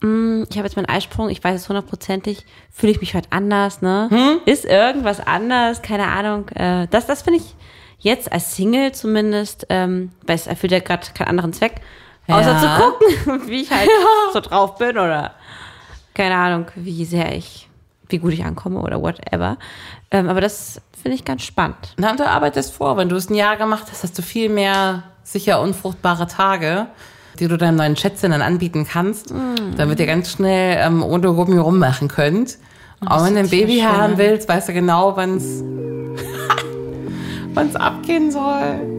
[SPEAKER 3] hm, ich habe jetzt meinen Eisprung, ich weiß es hundertprozentig, fühle ich mich heute anders, ne? Ist irgendwas anders, keine Ahnung. Äh, das das finde ich jetzt als Single zumindest, ähm, weil es erfüllt ja gerade keinen anderen Zweck, außer
[SPEAKER 2] Ja.
[SPEAKER 3] zu gucken, wie ich halt so drauf bin oder keine Ahnung, wie sehr ich, wie gut ich ankomme oder whatever. Ähm, aber das finde ich ganz spannend.
[SPEAKER 2] Na, und du arbeitest vor. Wenn du es ein Jahr gemacht hast, hast du viel mehr sicher unfruchtbare Tage, die du deinem neuen Schätzchen dann anbieten kannst,
[SPEAKER 3] Mm.
[SPEAKER 2] damit ihr ganz schnell ähm, ohne Gummi rummachen könnt. Auch wenn du ein
[SPEAKER 3] hört sich
[SPEAKER 2] Baby
[SPEAKER 3] ja schön
[SPEAKER 2] haben
[SPEAKER 3] an.
[SPEAKER 2] willst, weißt du genau, wann es wann's abgehen soll.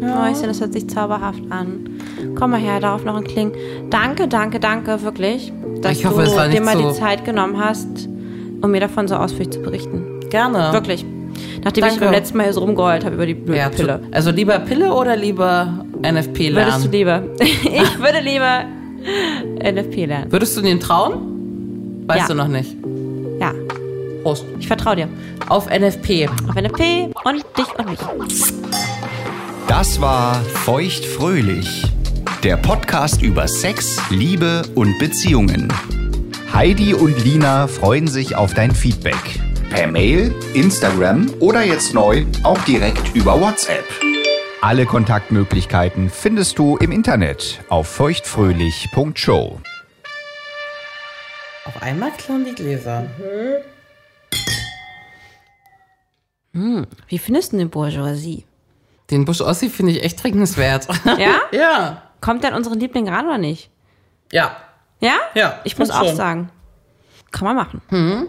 [SPEAKER 3] Mäuschen, das hört sich zauberhaft an. Komm mal her, darauf noch ein Kling. Danke, danke, danke, wirklich, dass
[SPEAKER 2] Ich hoffe,
[SPEAKER 3] du
[SPEAKER 2] es war
[SPEAKER 3] dir
[SPEAKER 2] nicht
[SPEAKER 3] mal
[SPEAKER 2] so-
[SPEAKER 3] die Zeit genommen hast, um mir davon so ausführlich zu berichten.
[SPEAKER 2] Gerne.
[SPEAKER 3] Wirklich. Nachdem ich
[SPEAKER 2] Oh. Danke.
[SPEAKER 3] beim letzten Mal hier so rumgeheult habe über die blöde
[SPEAKER 2] Ja,
[SPEAKER 3] Pille.
[SPEAKER 2] Pille. Also lieber Pille oder lieber NFP lernen?
[SPEAKER 3] Würdest du lieber? ich würde lieber NFP lernen.
[SPEAKER 2] Würdest du den trauen? Weißt
[SPEAKER 3] Ja.
[SPEAKER 2] du noch nicht.
[SPEAKER 3] Ja,
[SPEAKER 2] Prost.
[SPEAKER 3] ich vertraue dir.
[SPEAKER 2] Auf NFP.
[SPEAKER 3] Auf NFP und dich und mich.
[SPEAKER 1] Das war Feuchtfröhlich, der Podcast über Sex, Liebe und Beziehungen. Heidi und Lina freuen sich auf dein Feedback. Per Mail, Instagram oder jetzt neu auch direkt über WhatsApp. Alle Kontaktmöglichkeiten findest du im Internet auf feuchtfröhlich.show.
[SPEAKER 2] Auf einmal klauen die Gläser.
[SPEAKER 3] Wie findest du den Bourgeoisie?
[SPEAKER 2] Den Busch Ossi finde ich echt trinkenswert.
[SPEAKER 3] Ja?
[SPEAKER 2] ja.
[SPEAKER 3] Kommt dann unseren Liebling ran oder nicht?
[SPEAKER 2] Ja.
[SPEAKER 3] Ja?
[SPEAKER 2] Ja,
[SPEAKER 3] Ich muss
[SPEAKER 2] find
[SPEAKER 3] auch
[SPEAKER 2] schon.
[SPEAKER 3] sagen. Kann man machen.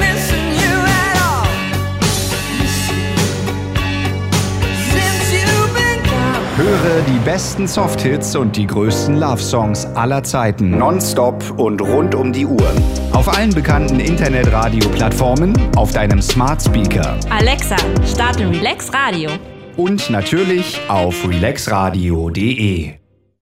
[SPEAKER 4] missing you at all. Since you've been gone.
[SPEAKER 1] Höre die besten Softhits und die größten Love Songs aller Zeiten. Nonstop und rund um die Uhr. Auf allen bekannten Internetradio-Plattformen, auf deinem Smart Speaker
[SPEAKER 3] Alexa, starte Relax Radio.
[SPEAKER 1] und natürlich auf relaxradio.de.